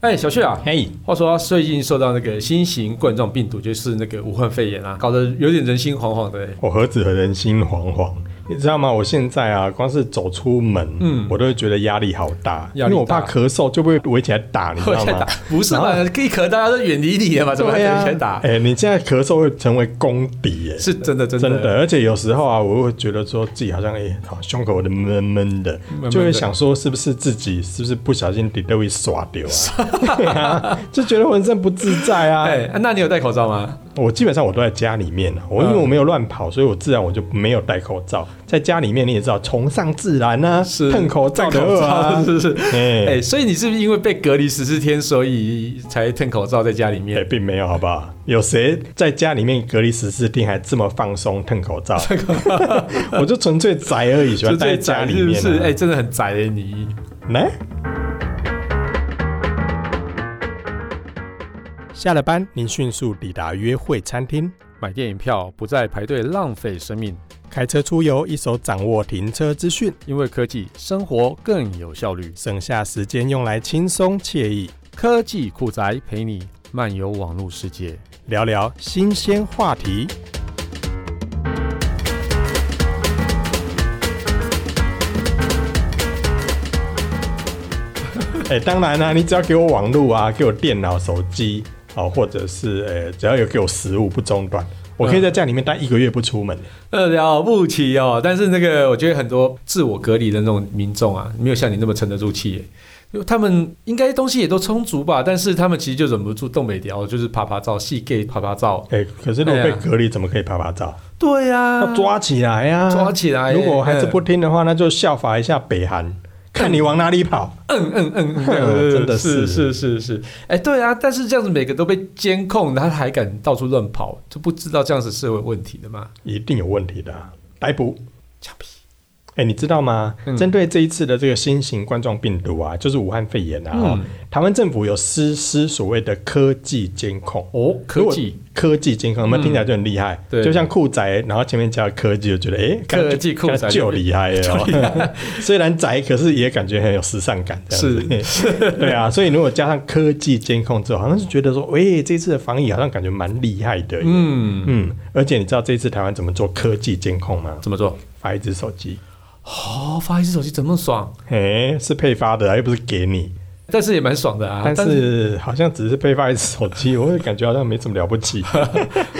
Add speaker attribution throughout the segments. Speaker 1: 哎，小旭啊，
Speaker 2: 嘿，
Speaker 1: 话说最近受到那个新型冠状病毒，就是那个武汉肺炎啊，搞得有点人心惶惶的、欸。
Speaker 2: 我哦何止人心惶惶，你知道吗？我现在啊，光是走出门，
Speaker 1: 嗯
Speaker 2: 我都会觉得压力好大，
Speaker 1: 压力大
Speaker 2: 因为我怕咳嗽就被围起来打，你知 道
Speaker 1: 现在
Speaker 2: 吗啊
Speaker 1: 打？不是嘛？可以咳，大家都远离你了嘛？怎么还
Speaker 2: 对啊
Speaker 1: 有人打？
Speaker 2: 哎、你现在咳嗽会成为公敌耶、
Speaker 1: 是真的，真的，
Speaker 2: 真的，而且有时候啊，我会觉得说自己好像哎、好胸口有点闷闷的，
Speaker 1: 闷的
Speaker 2: 就会想说是不是自己是不是不小心底都会刷掉啊对 啊， 就觉得浑身不自在啊。
Speaker 1: 哎、啊那你有戴口罩吗？
Speaker 2: 我基本上我都在家里面啊，我因为
Speaker 1: 嗯
Speaker 2: 我没有乱跑，所以我自然我就没有戴口罩。在家里面你也知道，崇尚自然啊，
Speaker 1: 是
Speaker 2: 碰口罩
Speaker 1: 戴
Speaker 2: 的
Speaker 1: 口
Speaker 2: 恶啊
Speaker 1: 罩， 是不是？
Speaker 2: 哎、
Speaker 1: 哎、所以你是不是因为被隔离十四天，所以才吞口罩在家里
Speaker 2: 哎、
Speaker 1: 面？
Speaker 2: 并没有，好不好？有谁在家里面隔离十四天还这么放松，碰口罩？ 我就纯粹宅而已，喜欢
Speaker 1: 就
Speaker 2: 待在
Speaker 1: 在
Speaker 2: 家
Speaker 1: 宅
Speaker 2: 里
Speaker 1: 是不
Speaker 2: 面、啊。
Speaker 1: 是？哎、真的很宅的、你。
Speaker 2: 来。下了班，您迅速抵达约会餐厅，
Speaker 1: 买电影票不再排队浪费生命，
Speaker 2: 开车出游，一手掌握停车资讯，
Speaker 1: 因为科技生活更有效率。
Speaker 2: 省下时间用来轻松惬意
Speaker 1: 科技酷宅陪你漫游网络世界。
Speaker 2: 聊聊新鲜话 题。哎、当然啦、你只要给我网络啊，给我电脑、手机，哦，或者是呃、只要有给我食物不中断，我可以在家里面待一个月不出门。
Speaker 1: 呃，了不起哦！但是那个，我觉得很多自我隔离的那种民众啊，没有像你那么沉得住气耶。因为他们应该东西也都充足吧，但是他们其实就忍不住东北调，就是爬爬照、细 gay 爬爬照。
Speaker 2: 哎、可是如果
Speaker 1: 哎
Speaker 2: 被
Speaker 1: 呀
Speaker 2: 隔离，怎么可以拍拍照？
Speaker 1: 对啊呀、
Speaker 2: 要抓起来呀、
Speaker 1: 抓起来耶。哎
Speaker 2: 如果还是不听的话，那就效法一下北 韩，看你往哪里跑。
Speaker 1: 嗯嗯嗯嗯， 嗯
Speaker 2: 真的
Speaker 1: 是是
Speaker 2: 是
Speaker 1: 是是，哎、对啊，但是这样子每个都被监控，他还敢到处乱跑，就不知道这样子是有问题的嘛？
Speaker 2: 一定有问题的啊、逮捕。
Speaker 1: 枪毙！
Speaker 2: 哎，你知道吗
Speaker 1: 嗯？
Speaker 2: 针对这一次的这个新型冠状病毒啊，就是武汉肺炎啊，哦
Speaker 1: 嗯
Speaker 2: 台湾政府有实施所谓的科技监控。
Speaker 1: 哦，科技嗯
Speaker 2: 科技监控，我们听起来就很厉害，
Speaker 1: 对
Speaker 2: 就像酷宅，然后前面加了科技，就觉得哎，诶感觉
Speaker 1: 科技酷宅
Speaker 2: 感觉就厉害了
Speaker 1: 就厉害
Speaker 2: 哦。 虽然宅，可是也感觉很有时尚感，这样子。 对啊，所以如果加上科技监控之后，好像是觉得说，喂，这次的防疫好像感觉蛮厉害的耶。
Speaker 1: 嗯，
Speaker 2: 嗯，而且你知道这次台湾怎么做科技监控吗？
Speaker 1: 怎么做？
Speaker 2: 发一只手机，
Speaker 1: 哦，发一只手机怎么爽？
Speaker 2: 哎，是配发的啊，又不是给你。
Speaker 1: 但是也蛮爽的啊。
Speaker 2: 但是好像只是配发一只手 机，我会感觉好像没什么了不起。
Speaker 1: 但是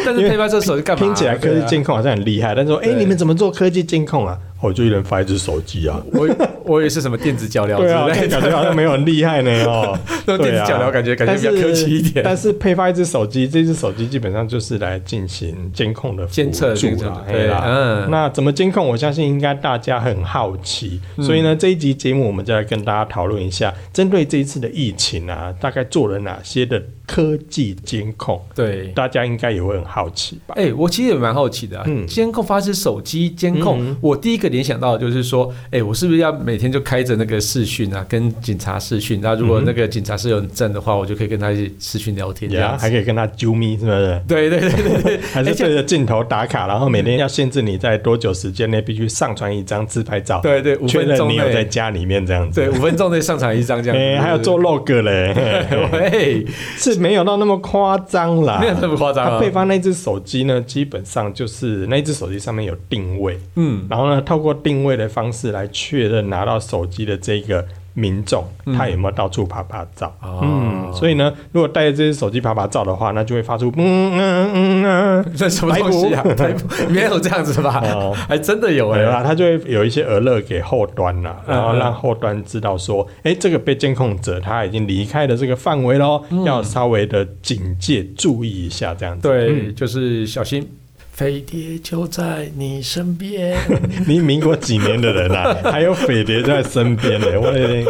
Speaker 1: 但是配发这手机干嘛、啊
Speaker 2: 听起来科技监控好像很厉害，但是说，哎、
Speaker 1: 对
Speaker 2: 你们怎么做科技监控啊？我就一人发一只手机啊。
Speaker 1: 对啊，我我也是什么电子脚镣
Speaker 2: 对啊，
Speaker 1: 之
Speaker 2: 感
Speaker 1: 类的，。
Speaker 2: 觉好像没有很厉害呢哦
Speaker 1: 那种电
Speaker 2: 对
Speaker 1: 子
Speaker 2: 啊
Speaker 1: 脚镣感觉感觉比较
Speaker 2: 但是
Speaker 1: 科技一点
Speaker 2: 但是配发一只手机，这只手机基本上就是来进行监控的辅
Speaker 1: 监测
Speaker 2: 助
Speaker 1: 监测
Speaker 2: 啦，
Speaker 1: 对
Speaker 2: 嘿啦
Speaker 1: 嗯
Speaker 2: 那怎么监控？我相信应该大家很好奇，
Speaker 1: 嗯
Speaker 2: 所以呢，这一集节目我们就来跟大家讨论一下，针对这一次的疫情啊，大概做了哪些的科技监控，
Speaker 1: 对。
Speaker 2: 大家应该也会很好奇吧？
Speaker 1: 哎、我其实也蛮好奇的、啊，
Speaker 2: 嗯
Speaker 1: 监、控发是手机监控、
Speaker 2: 嗯
Speaker 1: 我第一个联想到的就是说，哎、我是不是要每天就开着那个视讯啊，跟警察视讯？那如果那个警察是有很正的话，我就可以跟他一起视讯聊天这
Speaker 2: 呀、
Speaker 1: 样子。
Speaker 2: 还可以跟他啾咪，是不是？
Speaker 1: 对对对对哎对，
Speaker 2: 还
Speaker 1: 而
Speaker 2: 是
Speaker 1: 且
Speaker 2: 对着镜头打卡，然后每天要限制你在多久时间内必须上传一张自拍照，
Speaker 1: 对对五
Speaker 2: 确
Speaker 1: 分
Speaker 2: 认
Speaker 1: 钟
Speaker 2: 你有在
Speaker 1: 内，
Speaker 2: 家里面这样子。
Speaker 1: 对五分钟内上场一张这样子。
Speaker 2: 哎、还有做 log 嘞， 嘿
Speaker 1: 喂，
Speaker 2: 是没有到那么夸张啦
Speaker 1: 没。有那么夸张
Speaker 2: 他
Speaker 1: 啊。
Speaker 2: 配方那只手机呢，基本上就是那只手机上面有定位，
Speaker 1: 嗯，
Speaker 2: 然后呢，透过定位的方式来确认拿到手机的这个民众，他有没有到处拍拍照。
Speaker 1: 嗯哦
Speaker 2: 嗯，所以呢，如果带着这只手机拍拍照的话，那就会发出嗯嗯嗯嗯
Speaker 1: 这什么东西啊？台 服没有这样子吧？
Speaker 2: 哦
Speaker 1: 还真的有哎、
Speaker 2: 对啦，它就会有一些额乐给后端啦，
Speaker 1: 嗯
Speaker 2: 然后让后端知道说，哎、这个被监控者他已经离开了这个范围喽，要稍微的警戒注意一下这样子。
Speaker 1: 嗯对，就是小心，飞碟就在你身边。
Speaker 2: 你民国几年的人啊，还有匪谍在身边呢、我也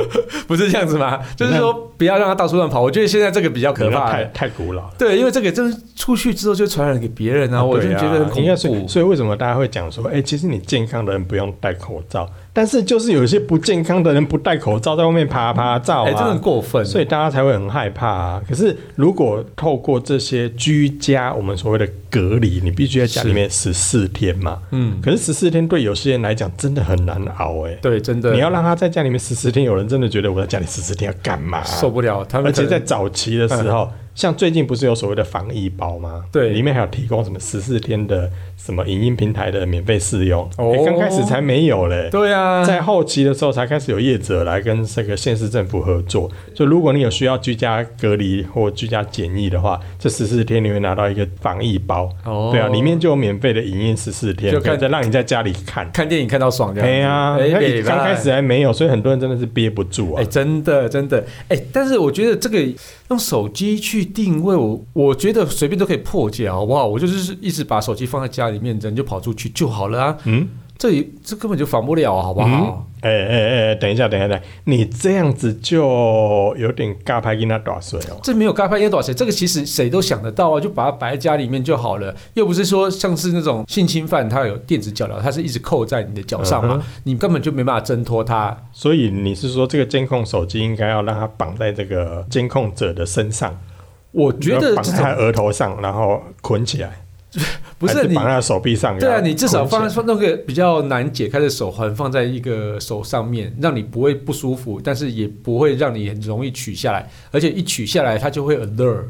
Speaker 1: 不是这样子吗？就是说不要让他到处乱跑。我觉得现在这个比较可怕、欸
Speaker 2: 太太古老了。
Speaker 1: 对，因为这个真的出去之后就传染给别人啊，我就
Speaker 2: 对啊
Speaker 1: 觉得很恐
Speaker 2: 应该所以
Speaker 1: 怖。
Speaker 2: 所以为什么大家会讲说，哎、其实你健康的人不用戴口罩，但是就是有一些不健康的人不戴口罩在外面爬爬照
Speaker 1: 哎、真的很
Speaker 2: 啊，
Speaker 1: 过分。
Speaker 2: 所以大家才会很害怕啊。可是如果透过这些居家，我们所谓的隔离，你必须在家里面十四天嘛。
Speaker 1: 嗯，
Speaker 2: 可是十四天对有些人来讲真的很难熬哎、
Speaker 1: 对，真的
Speaker 2: 你要让他在家里面十四天，有人真的觉得我在家里十四天要干嘛、
Speaker 1: 受不了，他们
Speaker 2: 而且
Speaker 1: 可能嗯
Speaker 2: 在早期的时候，像最近不是有所谓的防疫包吗？
Speaker 1: 对
Speaker 2: 里面还有提供什么十四天的什么影音平台的免费试用。
Speaker 1: 哦
Speaker 2: 诶刚开始才没有嘞。
Speaker 1: 对啊，
Speaker 2: 在后期的时候才开始有业者来跟这个县市政府合作，所以如果你有需要居家隔离或居家检疫的话，这十四天你会拿到一个防疫包，
Speaker 1: 哦
Speaker 2: 对啊，里面就有免费的影音十四天，
Speaker 1: 就
Speaker 2: 可以
Speaker 1: 看
Speaker 2: 再让你在家里看。
Speaker 1: 看电影看到爽这样子。
Speaker 2: 哎呀，
Speaker 1: 哎
Speaker 2: 那
Speaker 1: 北
Speaker 2: 刚开
Speaker 1: 吧
Speaker 2: 始还没有，所以很多人真的是憋不住
Speaker 1: 哎、
Speaker 2: 啊。
Speaker 1: 真的真的，哎、但是我觉得这个用手机去定位，我我觉得随便都可以破解，好不好？我就是一直把手机放在家里面，人就跑出去就好了啊。
Speaker 2: 嗯，
Speaker 1: 这里这根本就防不了，好不好？
Speaker 2: 哎哎哎，等一下，等一下，等一下，你这样子就有点尬拍跟他打水哦。
Speaker 1: 这没有该拍多少钱，这个其实谁都想得到啊，就把它摆在家里面就好了，又不是说像是那种性侵犯，他有电子脚镣，他是一直扣在你的脚上嘛，
Speaker 2: 嗯
Speaker 1: 你根本就没办法挣脱它。
Speaker 2: 所以你是说这个监控手机应该要让它绑在这个监控者的身上，
Speaker 1: 我觉
Speaker 2: 要
Speaker 1: 得
Speaker 2: 绑
Speaker 1: 这
Speaker 2: 在他
Speaker 1: 种
Speaker 2: 额头上，然后捆起来，
Speaker 1: 不
Speaker 2: 还
Speaker 1: 是你
Speaker 2: 绑在他手臂上。
Speaker 1: 对啊，
Speaker 2: 然后
Speaker 1: 你至少放
Speaker 2: 捆起
Speaker 1: 放那个比较难解开的手环放在一个手上面，让你不会不舒服，但是也不会让你很容易取下来，而且一取下来它就会 alert，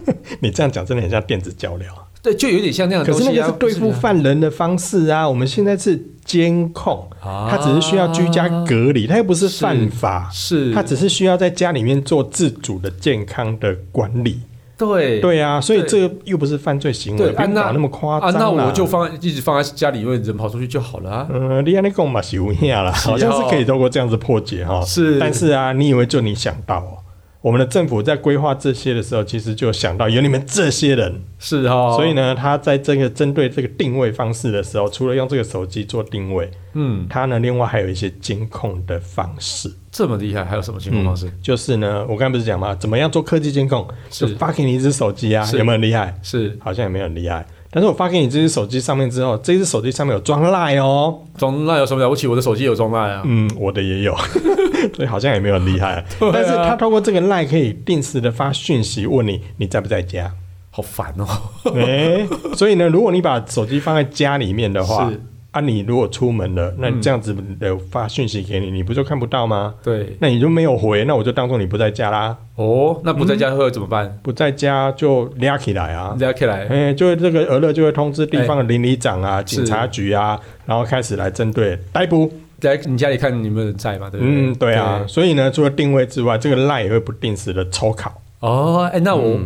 Speaker 2: 来，你这样讲真的很像电子交流啊。
Speaker 1: 对，就有点像那样的
Speaker 2: 可
Speaker 1: 东
Speaker 2: 是
Speaker 1: 西、啊。
Speaker 2: 那个是对付
Speaker 1: 不
Speaker 2: 犯人的方式啊，我们现在是监控，
Speaker 1: 啊
Speaker 2: 他只是需要居家隔离，他又不是犯法，
Speaker 1: 是，
Speaker 2: 他只是需要在家里面做自主的健康的管理。
Speaker 1: 对
Speaker 2: 对啊，所以
Speaker 1: 对
Speaker 2: 这个又不是犯罪行为，
Speaker 1: 对
Speaker 2: 不
Speaker 1: 啊
Speaker 2: 用
Speaker 1: 那
Speaker 2: 搞那么夸
Speaker 1: 啊，
Speaker 2: 张啦
Speaker 1: 那我就放一直放在家里，因为人跑出去就好了啊。
Speaker 2: 嗯，你安尼讲嘛是有影啦，
Speaker 1: 是哦
Speaker 2: 好像是可以透过这样子破解哈。
Speaker 1: 是
Speaker 2: 但是啊，你以为就你想到哦？我们的政府在规划这些的时候，其实就想到有你们这些人，
Speaker 1: 是哦，
Speaker 2: 所以，呢，他在这个针对这个定位方式的时候，除了用这个手机做定位，
Speaker 1: 嗯，
Speaker 2: 他呢另外还有一些监控的方式。嗯
Speaker 1: 这么厉害，还有什么情况方式？
Speaker 2: 就是呢，我刚才不是讲嘛，怎么样做科技监控？
Speaker 1: 是
Speaker 2: 就发给你一只手机啊，
Speaker 1: 是
Speaker 2: 有没有很厉害？
Speaker 1: 是
Speaker 2: 好像也没有很厉害。但是我发给你这只手机上面之后，这只手机上面有装 Line 哦，
Speaker 1: 装那有什么了不起？我的手机有装那啊。
Speaker 2: 嗯，我的也有， 所以好像也没有很厉害。
Speaker 1: 对啊
Speaker 2: 但是他透过这个 Line 可以定时的发讯息问你你在不在家。
Speaker 1: 好烦哦！
Speaker 2: 哎、所以呢，如果你把手机放在家里面的话
Speaker 1: 是，
Speaker 2: 啊，你如果出门了，那这样子的发讯息给你，你不就看不到吗？
Speaker 1: 对，
Speaker 2: 那你就没有回，那我就当做你不在家啦。
Speaker 1: 哦，那不在
Speaker 2: 嗯
Speaker 1: 家会怎么办？
Speaker 2: 不在家就拉起来啊
Speaker 1: 人。家可以 来，
Speaker 2: 哎、就会这个俄勒就会通知地方的
Speaker 1: 哎
Speaker 2: 邻里长啊、警察局啊，然后开始来针对逮捕。
Speaker 1: 来你家里看你们在嘛，对不对？
Speaker 2: 嗯，对啊，所以呢，除了定位之外，这个赖也会不定时的抽考，
Speaker 1: 哦，哎，那我、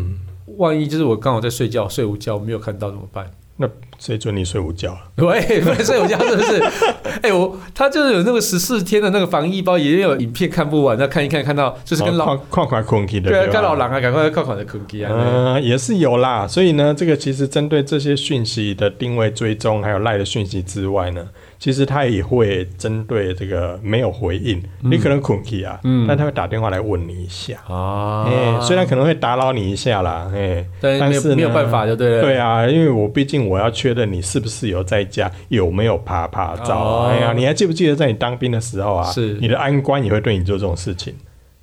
Speaker 1: 万一就是我刚好在睡觉，睡午觉没有看到怎么办？
Speaker 2: 那谁准你睡午觉啊？
Speaker 1: 喂，不是睡午觉是不是？哎，我他就是有那个十四天的那个防疫包，也有影片看不完，那看一看看到就是跟老、
Speaker 2: 哦看看看困去的，
Speaker 1: 对啊，
Speaker 2: 吧
Speaker 1: 跟老狼啊，赶快快款的 cookie 啊，
Speaker 2: 嗯、也是有啦。所以呢，这个其实针对这些讯息的定位追踪，还有赖的讯息之外呢，其实他也会针对这个没有回应，你可能困去啊，
Speaker 1: 嗯
Speaker 2: 但他会打电话来问你一下。
Speaker 1: 啊
Speaker 2: 哎、虽然可能会打扰你一下啦，哎、
Speaker 1: 但
Speaker 2: 但
Speaker 1: 没有
Speaker 2: 是呢
Speaker 1: 没有办法就对了，
Speaker 2: 对啊，因为我毕竟我要确认你是不是有在家，有没有爬爬照啊、
Speaker 1: 哦
Speaker 2: 哎呀，你还记不记得在你当兵的时候啊？
Speaker 1: 是
Speaker 2: 你的安官也会对你做这种事情。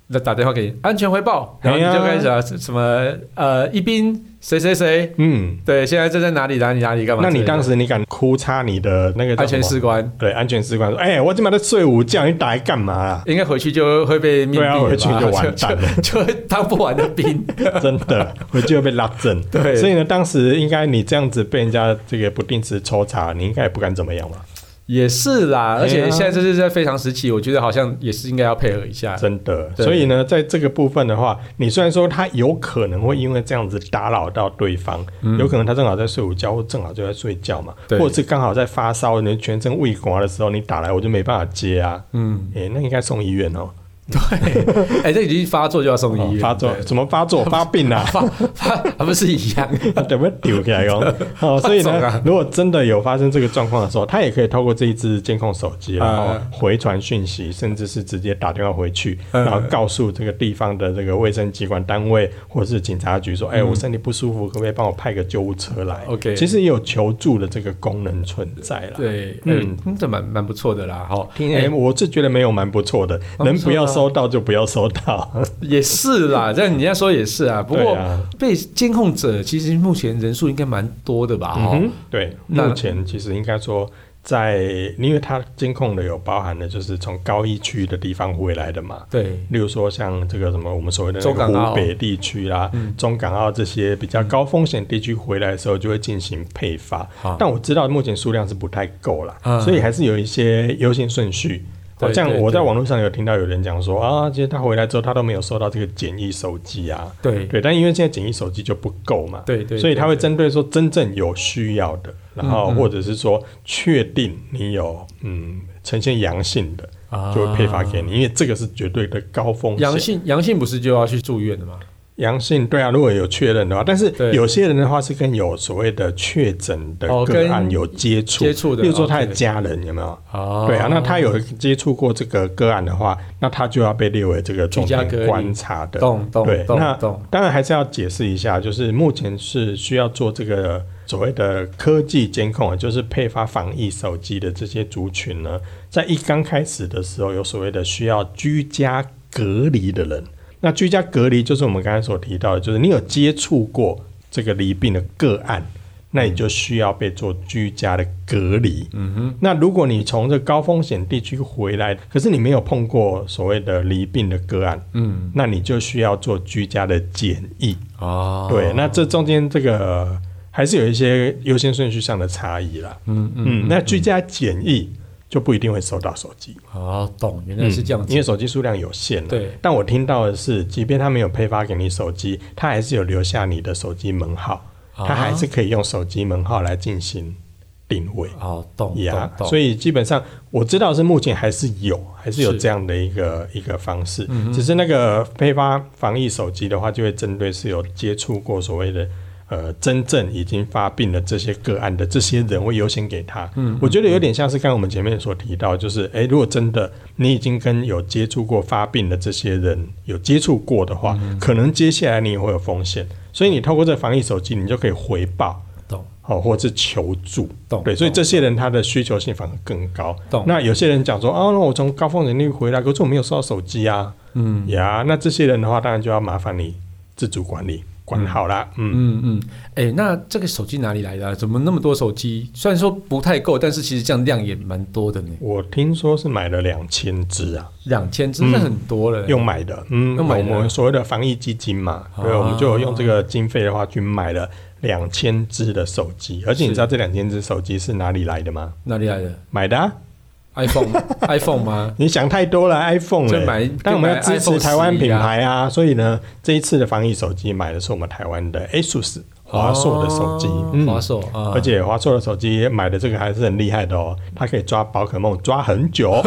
Speaker 1: 那打电话给你安全回报，然后你
Speaker 2: 哎呀
Speaker 1: 就开始啊什么呃一兵谁谁谁，
Speaker 2: 嗯，
Speaker 1: 对，现在正在哪里哪里哪里干嘛
Speaker 2: 那
Speaker 1: 之类的？
Speaker 2: 你当时你敢哭叉你的那个叫
Speaker 1: 安全
Speaker 2: 什么
Speaker 1: 士官。
Speaker 2: 对安全士官说：“哎、我今晚在睡午觉，你打来干嘛啊？
Speaker 1: 应该回去就会被面壁
Speaker 2: 对啊
Speaker 1: 了吧
Speaker 2: 回去就完蛋了
Speaker 1: 就就当不完的兵。
Speaker 2: 真的，回去会被拉正。
Speaker 1: 对
Speaker 2: 所以呢，当时应该你这样子被人家这个不定时抽查，你应该也不敢怎么样嘛。
Speaker 1: 也是啦，
Speaker 2: 对啊
Speaker 1: 而且现在这是在非常时期，我觉得好像也是应该要配合一下。
Speaker 2: 真的，
Speaker 1: 哎对
Speaker 2: 所以呢，在这个部分的话，你虽然说他有可能会因为这样子打扰到对方，有可能他正好在睡午觉，或正好就在睡觉嘛，
Speaker 1: 嗯对
Speaker 2: 或者是刚好在发烧，你全身胃刮的时候，你打来我就没办法接啊，
Speaker 1: 嗯，
Speaker 2: 诶、那应该送医院哦。
Speaker 1: 对，哎，这已经发作就要送医
Speaker 2: 哦
Speaker 1: 院，
Speaker 2: 发作
Speaker 1: 对
Speaker 2: 怎么发作？发病啊！
Speaker 1: 发发还不是一样？
Speaker 2: 啊，怎么丢起来哦？哦，所以
Speaker 1: 发作啊
Speaker 2: 呢，如果真的有发生这个状况的时候，他也可以透过这一支监控手机，然后
Speaker 1: 嗯
Speaker 2: 回传讯息，甚至是直接打电话回去，
Speaker 1: 嗯
Speaker 2: 然后告诉这个地方的这个卫生机关单位或是警察局说：“哎，我身体不舒服，可不可以帮我派个救护车来
Speaker 1: 嗯 OK
Speaker 2: 其实也有求助的这个功能存在啦。
Speaker 1: 对，嗯
Speaker 2: 嗯，
Speaker 1: 嗯这蛮蛮不错的啦，哈，
Speaker 2: 哎、我是觉得没有蛮不错的，
Speaker 1: 蛮不错的啊
Speaker 2: 能不要收到就不要收到。
Speaker 1: 也是啦，这样你要说也是啊。不
Speaker 2: 对
Speaker 1: 过
Speaker 2: 啊
Speaker 1: 被监控者其实目前人数应该蛮多的吧？
Speaker 2: 嗯
Speaker 1: 哈，
Speaker 2: 哼，对，
Speaker 1: 那
Speaker 2: 目前其实应该说在，因为它监控的有包含的，就是从高一区的地方回来的嘛。
Speaker 1: 对，
Speaker 2: 例如说像这个什么我们所谓的那
Speaker 1: 中港
Speaker 2: 个
Speaker 1: 澳嗯
Speaker 2: 湖北地区啦、中港澳这些比较高风险地区回来的时候，就会进行配发
Speaker 1: 好。
Speaker 2: 但我知道目前数量是不太够啦，
Speaker 1: 嗯
Speaker 2: 所以还是有一些优先顺序。
Speaker 1: 对
Speaker 2: 好像
Speaker 1: 对
Speaker 2: 我在
Speaker 1: 对
Speaker 2: 网络上有听到有人讲说啊，其实他回来之后他都没有收到这个简易手机啊。
Speaker 1: 对，
Speaker 2: 对，但因为现在简易手机就不够嘛，
Speaker 1: 对对
Speaker 2: 所以他
Speaker 1: 对
Speaker 2: 会
Speaker 1: 对
Speaker 2: 针对说真正有需要的，然后
Speaker 1: 嗯嗯
Speaker 2: 或者是说确定你有嗯呈现阳性的，
Speaker 1: 啊
Speaker 2: 就会配发给你，因为这个是绝对的高风
Speaker 1: 阳
Speaker 2: 险。
Speaker 1: 性阳性不是就要去住院的吗？
Speaker 2: 阳性对啊，如果有确认的话，但是
Speaker 1: 对
Speaker 2: 有些人的话是跟有所谓的确诊的
Speaker 1: 哦
Speaker 2: 个
Speaker 1: 跟
Speaker 2: 案有接触，
Speaker 1: 接触的哦
Speaker 2: 例如说他的
Speaker 1: OK
Speaker 2: 家人有没有？
Speaker 1: 啊
Speaker 2: 对啊，那他有接触过这个个案的话，那他就要被列为这个重
Speaker 1: 家隔
Speaker 2: 点
Speaker 1: 离
Speaker 2: 观察的。
Speaker 1: 懂懂
Speaker 2: 对，
Speaker 1: 懂
Speaker 2: 那
Speaker 1: 懂
Speaker 2: 当然还是要解释一下，就是目前是需要做这个所谓的科技监控，也就是配发防疫手机的这些族群呢，在一刚开始的时候，有所谓的需要居家隔离的人。那居家隔离就是我们刚才所提到的，就是你有接触过这个离病的个案，那你就需要被做居家的隔离。嗯哼。那如果你从这高风险地区回来，可是你没有碰过所谓的离病的个案，嗯，那你就需要做居家的检疫。
Speaker 1: 啊，
Speaker 2: 对，那这中间这个还是有一些优先顺序上的差异啦。
Speaker 1: 嗯嗯，
Speaker 2: 嗯，那居家检疫就不一定会收到手机。
Speaker 1: 啊，懂，原来是这样
Speaker 2: 嗯因
Speaker 1: 子
Speaker 2: 为手机数量有限、啊。
Speaker 1: 对
Speaker 2: 但我听到的是，即便他没有配发给你手机，他还是有留下你的手机门号，
Speaker 1: 啊
Speaker 2: 他还是可以用手机门号来进行定位。
Speaker 1: 啊，懂懂
Speaker 2: 呀
Speaker 1: 懂，
Speaker 2: 所以基本上我知道是目前还是有，还是有
Speaker 1: 是
Speaker 2: 这样的一个一个方式，只是那个配发防疫手机的话，就会针对是有接触过所谓的。呃，真正已经发病的这些个案的这些人会优先给他，嗯，我觉得有点像是刚刚我们前面所提到，就是，诶，如果真的你已经跟有接触过发病的这些人有接触过的话，可能接下来你也会有风险，所以你透过这防疫手机，你就可以回报，
Speaker 1: 懂
Speaker 2: 哦，或者是求助，
Speaker 1: 懂
Speaker 2: 对，所以
Speaker 1: 懂
Speaker 2: 这些人他的需求性反而更高。
Speaker 1: 懂
Speaker 2: 那有些人讲说，哦，那我从高风险地区回来，可是我没有收到手机啊，嗯，呀，那这些人的话，当然就要麻烦你自主管理，管好啦，嗯，
Speaker 1: 嗯嗯，哎、那这个手机哪里来的啊、怎么那么多手机？虽然说不太够，但是其实这样量也蛮多的呢，
Speaker 2: 我听说是买了两千只啊，
Speaker 1: 两千真的很多了、
Speaker 2: 用买的，嗯，
Speaker 1: 用买的
Speaker 2: 我们所谓的防疫基金嘛，对，
Speaker 1: 啊
Speaker 2: 我们就有用这个经费的话去买了两千只的手机，而且你
Speaker 1: 是
Speaker 2: 知道这两千只手机是哪里来的吗？
Speaker 1: 哪里来的
Speaker 2: 买的、啊。
Speaker 1: ？iPhone 吗 iPhone 吗？
Speaker 2: 你想太多了，iPhone
Speaker 1: 就
Speaker 2: 嘞
Speaker 1: 买
Speaker 2: 但我们要
Speaker 1: 就买
Speaker 2: 支
Speaker 1: iPhone
Speaker 2: 持台湾
Speaker 1: 11
Speaker 2: 品牌啊，所以呢，这一次的防疫手机买的是我们台湾的 ASUS 华硕的手机，嗯
Speaker 1: 哦华、硕啊，
Speaker 2: 而且华硕的手机买的这个还是很厉害的哦，它可以抓宝可梦抓很 久，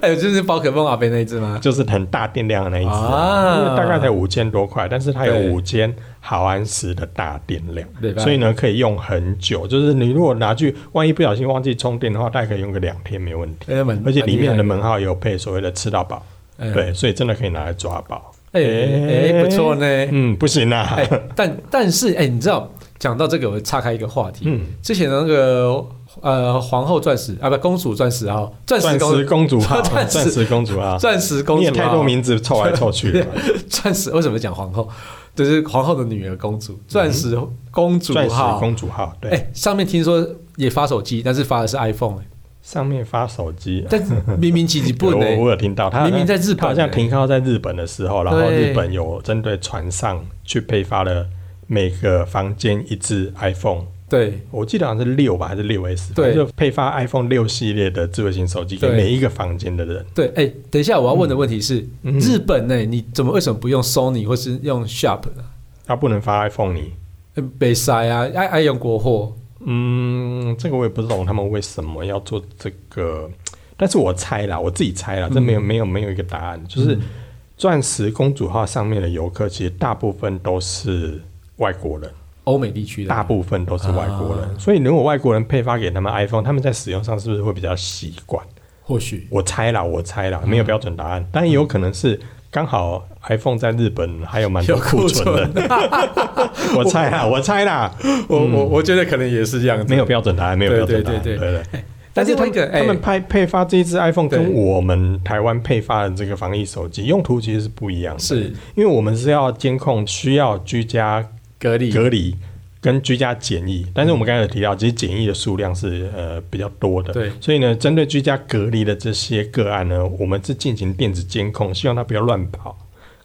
Speaker 1: 哎、就是宝可梦阿贝那一只吗？
Speaker 2: 就是很大电量的那一只、
Speaker 1: 啊
Speaker 2: 因为大概才五千多块，但是它有
Speaker 1: 对
Speaker 2: 五千毫安时的大电量
Speaker 1: 对，吧
Speaker 2: 所以呢可以用很久。就是你如果拿去，万一不小心忘记充电的话，大概可以用个两天没问题。
Speaker 1: 哎、那蛮
Speaker 2: 而且里面的，
Speaker 1: 蛮厉
Speaker 2: 门号有配所谓的吃到饱，
Speaker 1: 哎
Speaker 2: 对，所以真的可以拿来抓宝。
Speaker 1: 害的哎、哎不错呢。
Speaker 2: 嗯，不行啊，
Speaker 1: 哎、但但是哎、你知道，讲到这个，我岔开一个话题。
Speaker 2: 嗯
Speaker 1: 之前的那个呃，皇后钻石啊，不，公主钻石啊，钻石
Speaker 2: 钻
Speaker 1: 公
Speaker 2: 石公主 号，
Speaker 1: 钻石
Speaker 2: 钻石公主号，
Speaker 1: 钻石公主
Speaker 2: 你也
Speaker 1: 啊
Speaker 2: 太多名字凑来凑去了吧。
Speaker 1: 钻石为什么讲皇后？就是皇后的女儿公主，钻石公 主
Speaker 2: 嗯钻石
Speaker 1: 号。
Speaker 2: 公主号，
Speaker 1: 哎、
Speaker 2: 对，
Speaker 1: 上面听说也发手机，但是发的是 iPhone，、哎，
Speaker 2: 上面发手机。
Speaker 1: 但是明明其实不
Speaker 2: 我
Speaker 1: 能、
Speaker 2: 我有听到，他
Speaker 1: 明明在日本欸
Speaker 2: 他好像停靠在日本的时候，然后
Speaker 1: 对
Speaker 2: 日本有针对船上去配发了每个房间一只 iPhone，
Speaker 1: 对
Speaker 2: 我记得好像是六吧，还是六 S，
Speaker 1: 对
Speaker 2: 就配发 iPhone 六系列的智慧型手机给
Speaker 1: 对
Speaker 2: 每一个房间的人。
Speaker 1: 对，哎、等一下我要问的问题是，
Speaker 2: 嗯
Speaker 1: 日本呢、哎你怎么为什么不用 Sony 或是用 Sharp 呢？
Speaker 2: 他不能发 iPhone 你。
Speaker 1: 哎北塞啊，爱爱用国货，
Speaker 2: 嗯，这个我也不懂他们为什么要做这个但是我猜啦，我自己猜啦，
Speaker 1: 嗯
Speaker 2: 这没有没有没有一个答案，就是钻石公主号上面的游客，其实大部分都是外国人，
Speaker 1: 欧美地区的
Speaker 2: 大部分都是外国
Speaker 1: 啊
Speaker 2: 人，所以如果外国人配发给他们 iPhone，他们在使用上是不是会比较习惯？
Speaker 1: 或许
Speaker 2: 我猜啦，我猜啦，
Speaker 1: 嗯
Speaker 2: 没有标准答案，但也有可能是刚好 iPhone 在日本还有蛮多
Speaker 1: 有库
Speaker 2: 库存的， 我猜啦，我猜啦，
Speaker 1: 我我我觉得可能也是这样子，
Speaker 2: 嗯没有标准答案，没有标准答案，
Speaker 1: 对对对
Speaker 2: 对
Speaker 1: 但是
Speaker 2: 他
Speaker 1: 他
Speaker 2: 们
Speaker 1: 们哎
Speaker 2: 他们拍配发这一支 iPhone
Speaker 1: 对
Speaker 2: 跟我们台湾配发的这个防疫手机用途其实是不一样的，
Speaker 1: 是
Speaker 2: 因为我们是要监控需要居家
Speaker 1: 隔离嗯
Speaker 2: 隔离跟居家检疫，但是我们刚才有提到，其实检疫的数量是呃比较多的，
Speaker 1: 对
Speaker 2: 所以呢，针对居家隔离的这些个案呢，我们是进行电子监控，希望他不要乱跑。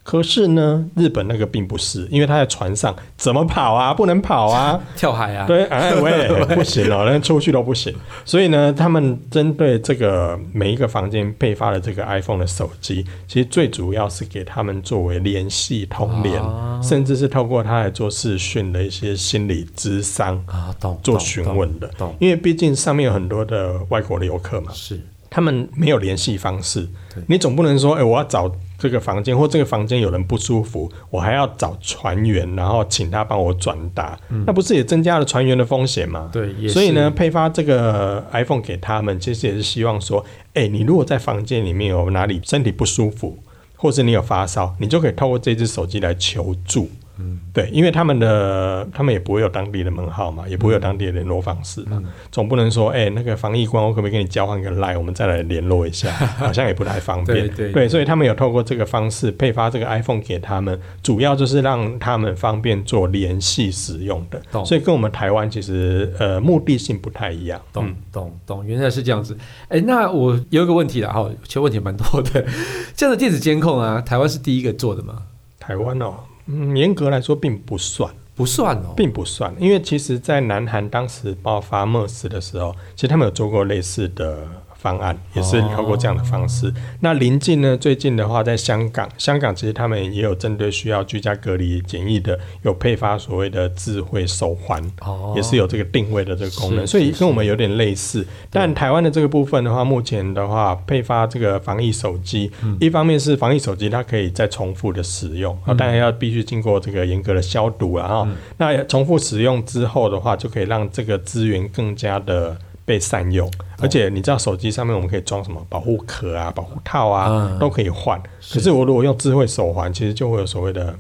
Speaker 2: 可是呢，日本那个并不是，因为他在船上怎么跑啊？不能跑啊！
Speaker 1: 跳海啊，
Speaker 2: 对，哎喂，不行哦，连出去都不行。所以呢，他们针对这个每一个房间配发的这个 iPhone 的手机，其实最主要是给他们作为联系通联，
Speaker 1: 啊
Speaker 2: 甚至是透过它来做视讯的一些心理咨商
Speaker 1: 啊，懂
Speaker 2: 做
Speaker 1: 懂
Speaker 2: 询
Speaker 1: 懂
Speaker 2: 问的
Speaker 1: 懂。
Speaker 2: 因为毕竟上面有很多的外国的游客嘛，
Speaker 1: 是
Speaker 2: 他们没有联系方式
Speaker 1: 对，
Speaker 2: 你总不能说，哎、我要找这个房间或这个房间有人不舒服，我还要找船员，然后请他帮我转达，那不是也增加了船员的风险吗？
Speaker 1: 嗯对也
Speaker 2: 所以呢，
Speaker 1: 是
Speaker 2: 配发这个 iPhone 给他们，其实也是希望说，哎、你如果在房间里面有哪里身体不舒服，或是你有发烧，你就可以透过这只手机来求助。
Speaker 1: 嗯
Speaker 2: 对，因为他们的他们也不会有当地的门号嘛，也不会有当地的联络方式
Speaker 1: 嗯
Speaker 2: 嘛，总不能说，哎、那个防疫官，我可不可以跟你交换个 line，我们再来联络 一下，好像也不太方便。
Speaker 1: 对对
Speaker 2: 所以他们有透过这个方式配发这个 iPhone 给他们，主要就是让他们方便做联系使用的。
Speaker 1: 懂
Speaker 2: 所以跟我们台湾其实呃目的性不太一样。
Speaker 1: 懂懂懂，原来是这样子。哎，那我有一个问题啦，哈，其实问题蛮多的。 这样的电子监控啊，台湾是第一个做的吗？
Speaker 2: 台湾哦，嗯，严格来说并不算，
Speaker 1: 不算哦，
Speaker 2: 并不算，因为其实，在南韩当时爆发 MERS 的时候，其实他们有做过类似的方案，也是
Speaker 1: 哦
Speaker 2: 透过这样的方式。那临近呢，最近的话，在香港，香港其实他们也有针对需要居家隔离检疫的，有配发所谓的智慧手环。
Speaker 1: 哦，
Speaker 2: 也是有这个定位的这个功能，
Speaker 1: 是
Speaker 2: 所以
Speaker 1: 是
Speaker 2: 跟我们有点类似。但台湾的这个部分的话，目前的话配发这个防疫手机，
Speaker 1: 嗯
Speaker 2: 一方面是防疫手机它可以再重复的使用，啊、当然要必须经过这个严格的消毒啊了哈、
Speaker 1: 嗯
Speaker 2: 那重复使用之后的话，就可以让这个资源更加的。被善用，
Speaker 1: 哦
Speaker 2: 而且你知道手机上面我们可以装什么保护壳啊、保护套啊，
Speaker 1: 嗯
Speaker 2: 都可以换。可是我如果用智慧手环，其实就会有所谓的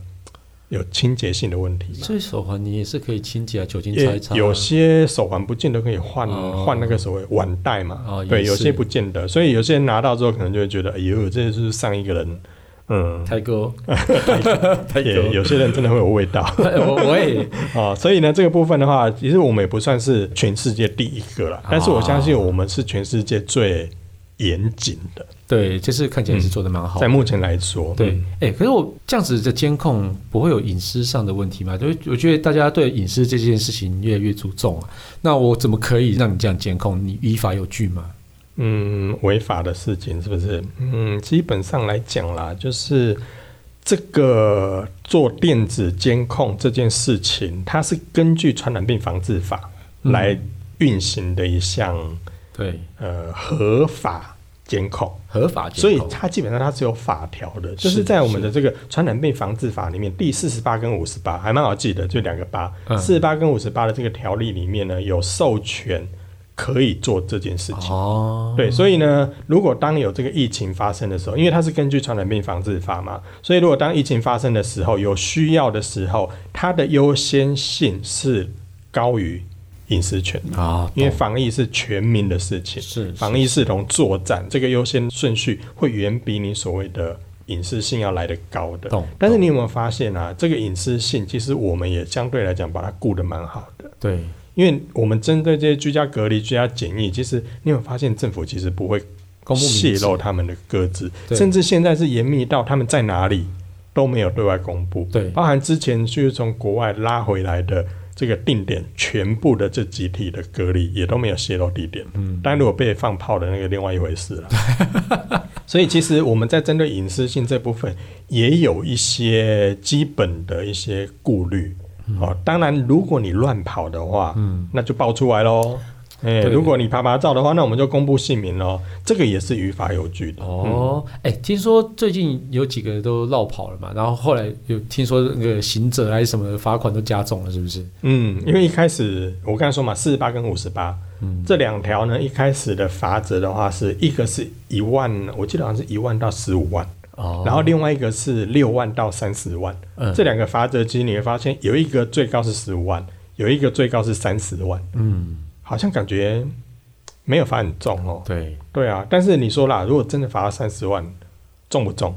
Speaker 2: 有清洁性的问题嘛。
Speaker 1: 这手环你也是可以清洁啊，酒精擦
Speaker 2: 也
Speaker 1: 一擦、
Speaker 2: 有些手环不见得可以换
Speaker 1: 哦
Speaker 2: 换、那个所谓腕带嘛，
Speaker 1: 哦也
Speaker 2: 对，有
Speaker 1: 是
Speaker 2: 些不见得，所以有些人拿到之后可能就会觉得，哎呦，这就是上一个人，嗯，
Speaker 1: 泰 哥， 泰
Speaker 2: 也
Speaker 1: 哥，
Speaker 2: 有些人真的会有味 道
Speaker 1: 我我也
Speaker 2: 哦，所以呢，这个部分的话，其实我们也不算是全世界第一个
Speaker 1: 啊
Speaker 2: 了，但是我相信我们是全世界最严谨的，
Speaker 1: 对，这次看起来
Speaker 2: 嗯
Speaker 1: 是做的蛮好的
Speaker 2: 在目前来说，
Speaker 1: 对
Speaker 2: 嗯，
Speaker 1: 哎、可是我这样子的监控不会有隐私上的问题吗？就是我觉得大家对隐私这件事情越来越注重啊。那我怎么可以让你这样监控？你依法有据吗？
Speaker 2: 嗯，违法的事情是不是？嗯，基本上来讲啦，就是这个做电子监控这件事情，它是根据《传染病防治法》
Speaker 1: 嗯
Speaker 2: 来运行的一项
Speaker 1: 对，
Speaker 2: 呃合法监控。
Speaker 1: 合法监
Speaker 2: 所以
Speaker 1: 控。
Speaker 2: 它基本上它是有法条的，就是是在我们的这个《传染病防治法》里面第四十八跟五十八还蛮好记的，就两个八
Speaker 1: 嗯，
Speaker 2: 四十八跟五十八的这个条例里面呢，有授权可以做这件事情。
Speaker 1: 哦，
Speaker 2: 对，所以呢，如果当有这个疫情发生的时候，因为它是根据传染病防治法嘛，所以如果当疫情发生的时候，有需要的时候，它的优先性是高于隐私权的。
Speaker 1: 啊，
Speaker 2: 因为
Speaker 1: 懂
Speaker 2: 防疫是全民的事情，
Speaker 1: 是是
Speaker 2: 防疫视同作战，这个优先顺序会远比你所谓的隐私性要来得高的
Speaker 1: 懂。
Speaker 2: 但是你有没有发现啊？这个隐私性其实我们也相对来讲把它顾得蛮好的。
Speaker 1: 对
Speaker 2: 因为我们针对这些居家隔离、居家检疫，其实你有发现政府其实不会
Speaker 1: 公布名
Speaker 2: 泄
Speaker 1: 字
Speaker 2: 露他们的各自，
Speaker 1: 对
Speaker 2: 甚至现在是严密到他们在哪里都没有对外公布。
Speaker 1: 对
Speaker 2: 包含之前就是从国外拉回来的这个定点，全部的这集体的隔离也都没有泄露地点。嗯，当然如果被放炮的那个另外一回事了。 所以其实我们在针对隐私性这部分，也有一些基本的一些顾虑。哦，当然，如果你乱跑的话，嗯，那就爆出来喽。哎、
Speaker 1: 对
Speaker 2: 如果你爬爬照的话，那我们就公布姓名喽。这个也是于法有据的。
Speaker 1: 哦，哎、听说最近有几个都落跑了嘛，然后后来有听说那个行者还是什么的罚款都加重了，是不是？
Speaker 2: 嗯，因为一开始我刚才说嘛，四十八跟五十八
Speaker 1: 嗯，
Speaker 2: 这两条呢，一开始的罚则的话是一个是一万，我记得好像是一万到十五万，
Speaker 1: 哦
Speaker 2: 然后另外一个是六万到三十万。
Speaker 1: 嗯
Speaker 2: 这两个罚则其实你会发现，有一个最高是十五万，有一个最高是三十万，
Speaker 1: 嗯，
Speaker 2: 好像感觉嘖没有罚很重哦。
Speaker 1: 对，
Speaker 2: 对啊，但是你说啦，如果真的罚三十万，重不重？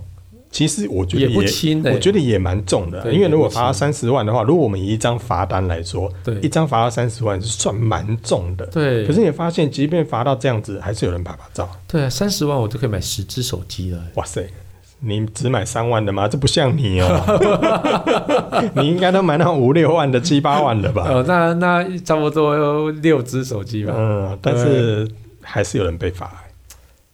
Speaker 2: 其实我觉得
Speaker 1: 也不轻欸
Speaker 2: 我觉得也蛮重的。啊
Speaker 1: 对
Speaker 2: 因为
Speaker 1: 也
Speaker 2: 如
Speaker 1: 不
Speaker 2: 果罚三十万的话，如果我们以一张罚单来说，
Speaker 1: 对
Speaker 2: 一张罚三十万是算蛮重的。
Speaker 1: 对，
Speaker 2: 可是你发现，即便罚到这样子，还是有人拍拍照。
Speaker 1: 对啊，三十万我就可以买十只手机了。
Speaker 2: 哇塞，你只买三万的吗？这不像你哦， 你应该都买那五六万的、七八万的吧？
Speaker 1: 呃，那那差不多六只手机吧。
Speaker 2: 嗯，但是还是有人被罚、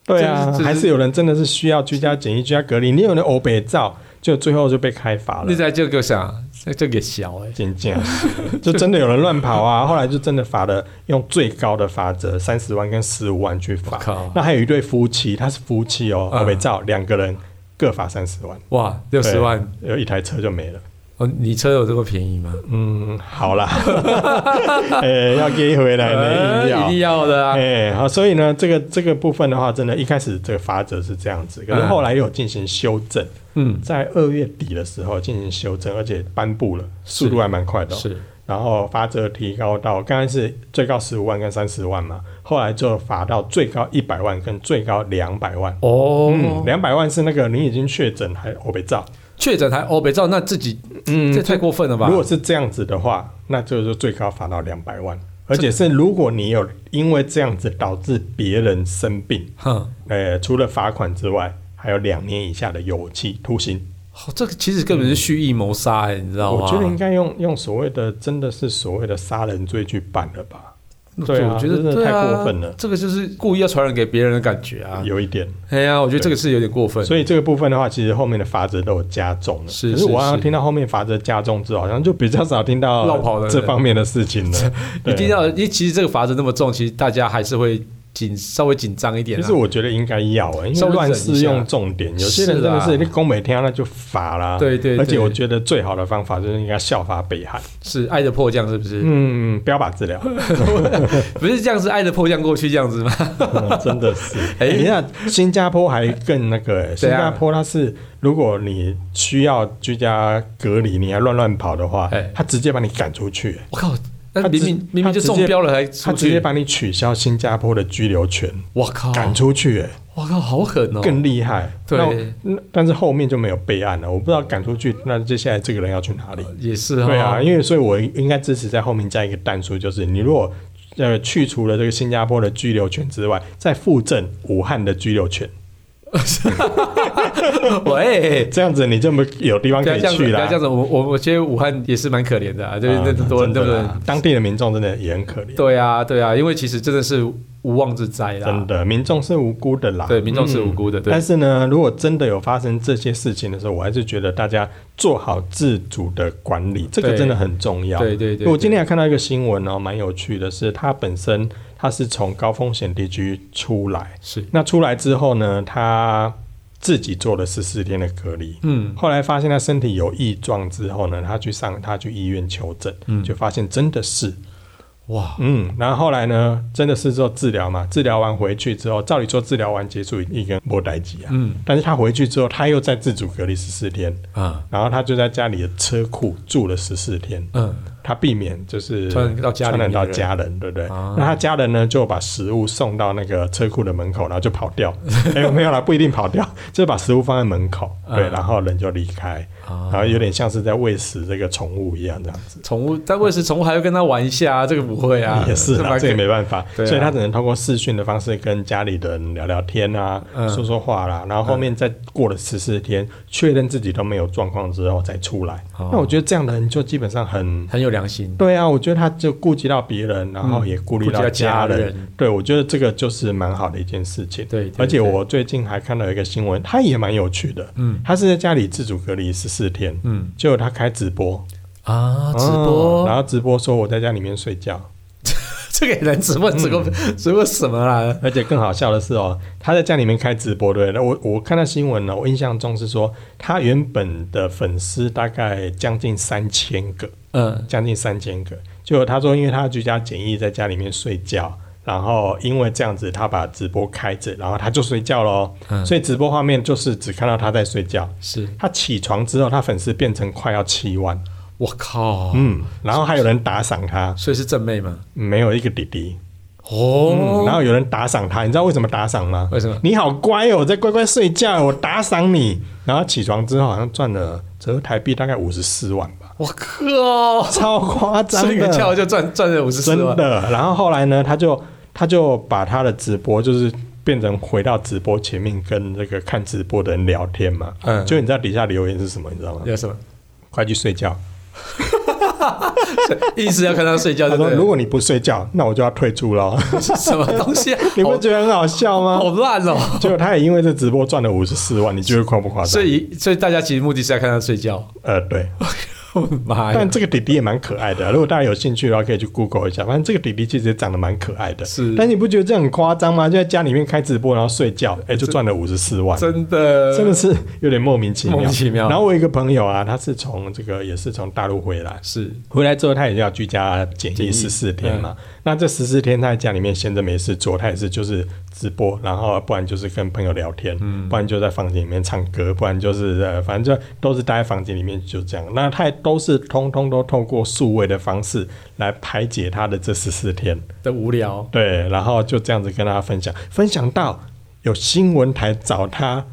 Speaker 2: 对啊
Speaker 1: 这是这，是
Speaker 2: 还是有人真的是需要居家检疫、居家隔离。你有人欧北照，就最后就被开罚了
Speaker 1: 你。在这个想，这这个小哎、
Speaker 2: 渐渐，就真的有人乱跑啊！后 来就真的罚了，用最高的罚则三十万跟十五万去罚
Speaker 1: 我靠。
Speaker 2: 那还有一对夫妻，他是夫妻哦，
Speaker 1: 嗯
Speaker 2: 欧北照两个人各罚三十万，
Speaker 1: 哇，六十万
Speaker 2: 对，有一台车就没了。
Speaker 1: 哦，你车有这么便宜吗？
Speaker 2: 嗯，好啦， 呃、要给回来 呢，
Speaker 1: 呃
Speaker 2: 一定要
Speaker 1: 一定。要的啊。
Speaker 2: 哎、好，所以呢，这个这个部分的话，真的，一开始这个法则是这样子，可是
Speaker 1: 嗯
Speaker 2: 后来又有进行修正，
Speaker 1: 嗯，
Speaker 2: 在二月底的时候进行修正，而且颁布了，速度还蛮快的哦、
Speaker 1: 是
Speaker 2: 然后罚则提高到刚开始最高十五万跟三十万嘛，后来就罚到最高一百万跟最高两百万。嗯，
Speaker 1: 哦，
Speaker 2: 两百万是那个你已经确诊还我被照，
Speaker 1: 确诊还欧北照，那自己
Speaker 2: 嗯
Speaker 1: 这太过分了吧
Speaker 2: 如？果是这样子的话，那就是最高罚到两百万，而且是如果你有因为这样子导致别人生病，
Speaker 1: 哼，
Speaker 2: 呃，除了罚款之外，还有两年以下的有期徒刑。
Speaker 1: 哦这个其实根本是蓄意谋杀哎，你知道吗？
Speaker 2: 我觉得应该用用所谓的真的是所谓的杀人罪去办了吧？对啊
Speaker 1: 我觉得
Speaker 2: 真的
Speaker 1: 对啊
Speaker 2: 太过分了
Speaker 1: 这个就是故意要传染给别人的感觉啊。
Speaker 2: 有一点，
Speaker 1: 哎呀，我觉得这个是有点过分。
Speaker 2: 所以这个部分的话，其实后面的罚则都有加重了。
Speaker 1: 是
Speaker 2: 可是
Speaker 1: 是
Speaker 2: 我好像
Speaker 1: 是
Speaker 2: 听到后面罚则加重之后，好像就比较少听到
Speaker 1: 绕跑的
Speaker 2: 这
Speaker 1: 人
Speaker 2: 方面的事情了。
Speaker 1: 一
Speaker 2: 对啊
Speaker 1: 定要，因为其实这个罚则那么重，其实大家还是会紧稍微紧张一点、啊。
Speaker 2: 其实我觉得应该要、欸，因
Speaker 1: 稍
Speaker 2: 为
Speaker 1: 微
Speaker 2: 乱
Speaker 1: 忍一
Speaker 2: 适
Speaker 1: 下
Speaker 2: 用重点，有些人真的
Speaker 1: 是
Speaker 2: 是
Speaker 1: 啊
Speaker 2: 你攻北天那就罚啦。
Speaker 1: 对对对
Speaker 2: 而且我觉得最好的方法就是应该效法北韩，
Speaker 1: 是爱的迫降，是不是？
Speaker 2: 嗯，标靶治疗，
Speaker 1: 不是这样，是爱的迫降过去这样子吗？
Speaker 2: 嗯 真的是。哎、
Speaker 1: 哎
Speaker 2: 你看新加坡还更那个、欸，新
Speaker 1: 怎样
Speaker 2: 加坡它是如果你需要居家隔离，你还乱乱跑的话
Speaker 1: 哎，
Speaker 2: 他直接把你赶出去、欸
Speaker 1: 我靠，那
Speaker 2: 他直
Speaker 1: 明明明
Speaker 2: 他
Speaker 1: 明就
Speaker 2: 直
Speaker 1: 中
Speaker 2: 接
Speaker 1: 标了还
Speaker 2: 他
Speaker 1: 出
Speaker 2: 直接
Speaker 1: 去，
Speaker 2: 把你取消新加坡的居留权，
Speaker 1: 我靠，
Speaker 2: 赶出去、欸，
Speaker 1: 我靠，好狠哦！
Speaker 2: 更厉害。
Speaker 1: 对
Speaker 2: 那我，那但是后面就没有备案了，我不知道赶出去，那接下来这个人要去哪里？
Speaker 1: 也是哦哈、
Speaker 2: 对啊，因为所以我应该支持在后面加一个单数，就是你如果呃去除了这个新加坡的居留权之外，再附赠武汉的居留权，
Speaker 1: 喂。
Speaker 2: 这样子你就没有地方
Speaker 1: 不要
Speaker 2: 可以
Speaker 1: 这样子，
Speaker 2: 去
Speaker 1: 不要
Speaker 2: 啦
Speaker 1: 啊这样。子，我我我觉得武汉也是蛮可怜的啊，就是
Speaker 2: 啊
Speaker 1: 那么多人，对
Speaker 2: 真
Speaker 1: 不对？
Speaker 2: 的啦当地的民众真的也很可怜，
Speaker 1: 对啊，对啊，因为其实真的是无妄之灾啦，
Speaker 2: 真的，民众是无辜的啦。嗯
Speaker 1: 对，民众是无辜的，对
Speaker 2: 但，是呢，如果真的有发生这些事情的时候，我还是觉得大家做好自主的管理，这个
Speaker 1: 对
Speaker 2: 真的很重要。
Speaker 1: 对对对
Speaker 2: 我今天还看到一个新闻哦，蛮有趣的是，它本身它是从高风险地区出来，
Speaker 1: 是，
Speaker 2: 那出来之后呢，他自己做了十四天的隔离。
Speaker 1: 嗯，
Speaker 2: 后来发现他身体有异状之后呢，他去上他去医院求诊，
Speaker 1: 嗯
Speaker 2: 就发现真的是，
Speaker 1: 哇，
Speaker 2: 嗯，然后后来呢，真的是做治疗嘛，治疗完回去之后，照理说治疗完结束一个莫代吉啊，
Speaker 1: 嗯
Speaker 2: 但是他回去之后，他又在自主隔离十四天，
Speaker 1: 啊，
Speaker 2: 然后他就在家里的车库住了十四天，
Speaker 1: 嗯，
Speaker 2: 他避免就是
Speaker 1: 传染到家里面
Speaker 2: 传染
Speaker 1: 的人
Speaker 2: 到家人，对不对？
Speaker 1: 啊
Speaker 2: 那他家人呢，就把食物送到那个车库的门口，然后就跑 掉。哎、没有啦，不一定跑掉，就是把食物放在门口，对，
Speaker 1: 嗯
Speaker 2: 然后人就离开，
Speaker 1: 啊
Speaker 2: 然后有点像是在喂食这个宠物一样这样子。
Speaker 1: 宠物，但喂食宠物还会跟他玩一下、啊，这个不会啊，
Speaker 2: 也是
Speaker 1: 蛮
Speaker 2: 啊，
Speaker 1: 可
Speaker 2: 这也没办法，
Speaker 1: 对啊
Speaker 2: 所以他只能通过视讯的方式跟家里的人聊聊天啊，
Speaker 1: 嗯
Speaker 2: 说说话啦，然后后面再过了十四天，确认自己都没有状况之后再出来。
Speaker 1: 哦
Speaker 2: 那我觉得这样的人就基本上很
Speaker 1: 很有良心，
Speaker 2: 对啊，我觉得他就顾及到别人，然后也顾虑
Speaker 1: 顾及
Speaker 2: 到
Speaker 1: 到家
Speaker 2: 家人。
Speaker 1: 人
Speaker 2: 对，我觉得这个就是蛮好的一件事情。
Speaker 1: 对对
Speaker 2: 而且
Speaker 1: 对
Speaker 2: 我最近还看到一个新闻，他也蛮有趣的。
Speaker 1: 嗯
Speaker 2: 他是在家里自主隔离十四天，
Speaker 1: 嗯
Speaker 2: 结果他开直播，
Speaker 1: 啊，直
Speaker 2: 嗯
Speaker 1: 播、嗯
Speaker 2: 然后直播说我在家里面睡觉。
Speaker 1: 这个也能直播，直播、
Speaker 2: 嗯
Speaker 1: 直播什么啦？
Speaker 2: 而且更好笑的是哦，他在家里面开直播对不对，那我我看到新闻呢，我印象中是说他原本的粉丝大概将近三千个，
Speaker 1: 嗯，
Speaker 2: 将近三千个。就他说，因为他居家检疫，在家里面睡觉，然后因为这样子，他把直播开着，然后他就睡觉喽。
Speaker 1: 嗯
Speaker 2: 所以直播画面就是只看到他在睡觉。
Speaker 1: 是
Speaker 2: 他起床之后，他粉丝变成快要七万，
Speaker 1: 我靠，
Speaker 2: 嗯，然后还有人打赏他，
Speaker 1: 所以是正妹嘛？
Speaker 2: 没有一个弟弟，嗯，然
Speaker 1: 哦，
Speaker 2: 后有人打赏他，你知道为什么打赏吗？
Speaker 1: 为什么？
Speaker 2: 你好乖哦，我在乖乖睡觉，我打赏你。然后起床之后好像赚了折合台币大概五十四万吧，
Speaker 1: 我 靠，
Speaker 2: 超夸张的，
Speaker 1: 睡个觉就赚赚了五 十四
Speaker 2: 真
Speaker 1: 万，
Speaker 2: 的。然后后来呢，他就他就把他的直播就是变成回到直播前面跟这个看直播的人聊天嘛。
Speaker 1: 嗯
Speaker 2: 就你知道底下留言是什么，你知道吗？
Speaker 1: 有什么？
Speaker 2: 快去睡觉。
Speaker 1: 意思要看他睡觉，对
Speaker 2: 他
Speaker 1: 不
Speaker 2: 说：“
Speaker 1: 对？
Speaker 2: 如果你不睡觉，那我就要退出 了。
Speaker 1: 是什么东西啊？”
Speaker 2: 你不觉得很好笑
Speaker 1: 好好
Speaker 2: 吗？
Speaker 1: 烂哦！
Speaker 2: 结果他也因为这直播赚了五十四万，你觉得夸不夸
Speaker 1: 所
Speaker 2: 张？
Speaker 1: 以，所以大家其实目的是要看他睡觉。
Speaker 2: 呃，对。
Speaker 1: 妈呀
Speaker 2: 但！这个弟弟也蛮可爱
Speaker 1: 哎
Speaker 2: 的，啊如果大家有兴趣的话，可以去 Google 一下。反正这个弟弟其实也长得蛮可爱的，
Speaker 1: 是
Speaker 2: 但你不觉得这很夸张吗？就在家里面开直播，然后睡觉，哎、就赚了五十四万，
Speaker 1: 真的，
Speaker 2: 真的是有点莫名其妙。
Speaker 1: 莫名其妙
Speaker 2: 然后我有一个朋友啊，他是从这个也是从大陆回来，
Speaker 1: 是
Speaker 2: 回来之后他也要居家检疫十四天
Speaker 1: 嗯
Speaker 2: 嘛。那这十四天他在家里面闲着没事做，他也是就是直播，然后不然就是跟朋友聊天，
Speaker 1: 嗯
Speaker 2: 不然就在房间里面唱歌，不然就是呃，反正就都是待在房间里面就这样。那他也都是通通都透过数位的方式来排解他的这十四天。
Speaker 1: 的无聊，
Speaker 2: 对，然后就这样子跟大家分享，分享到有新闻台找他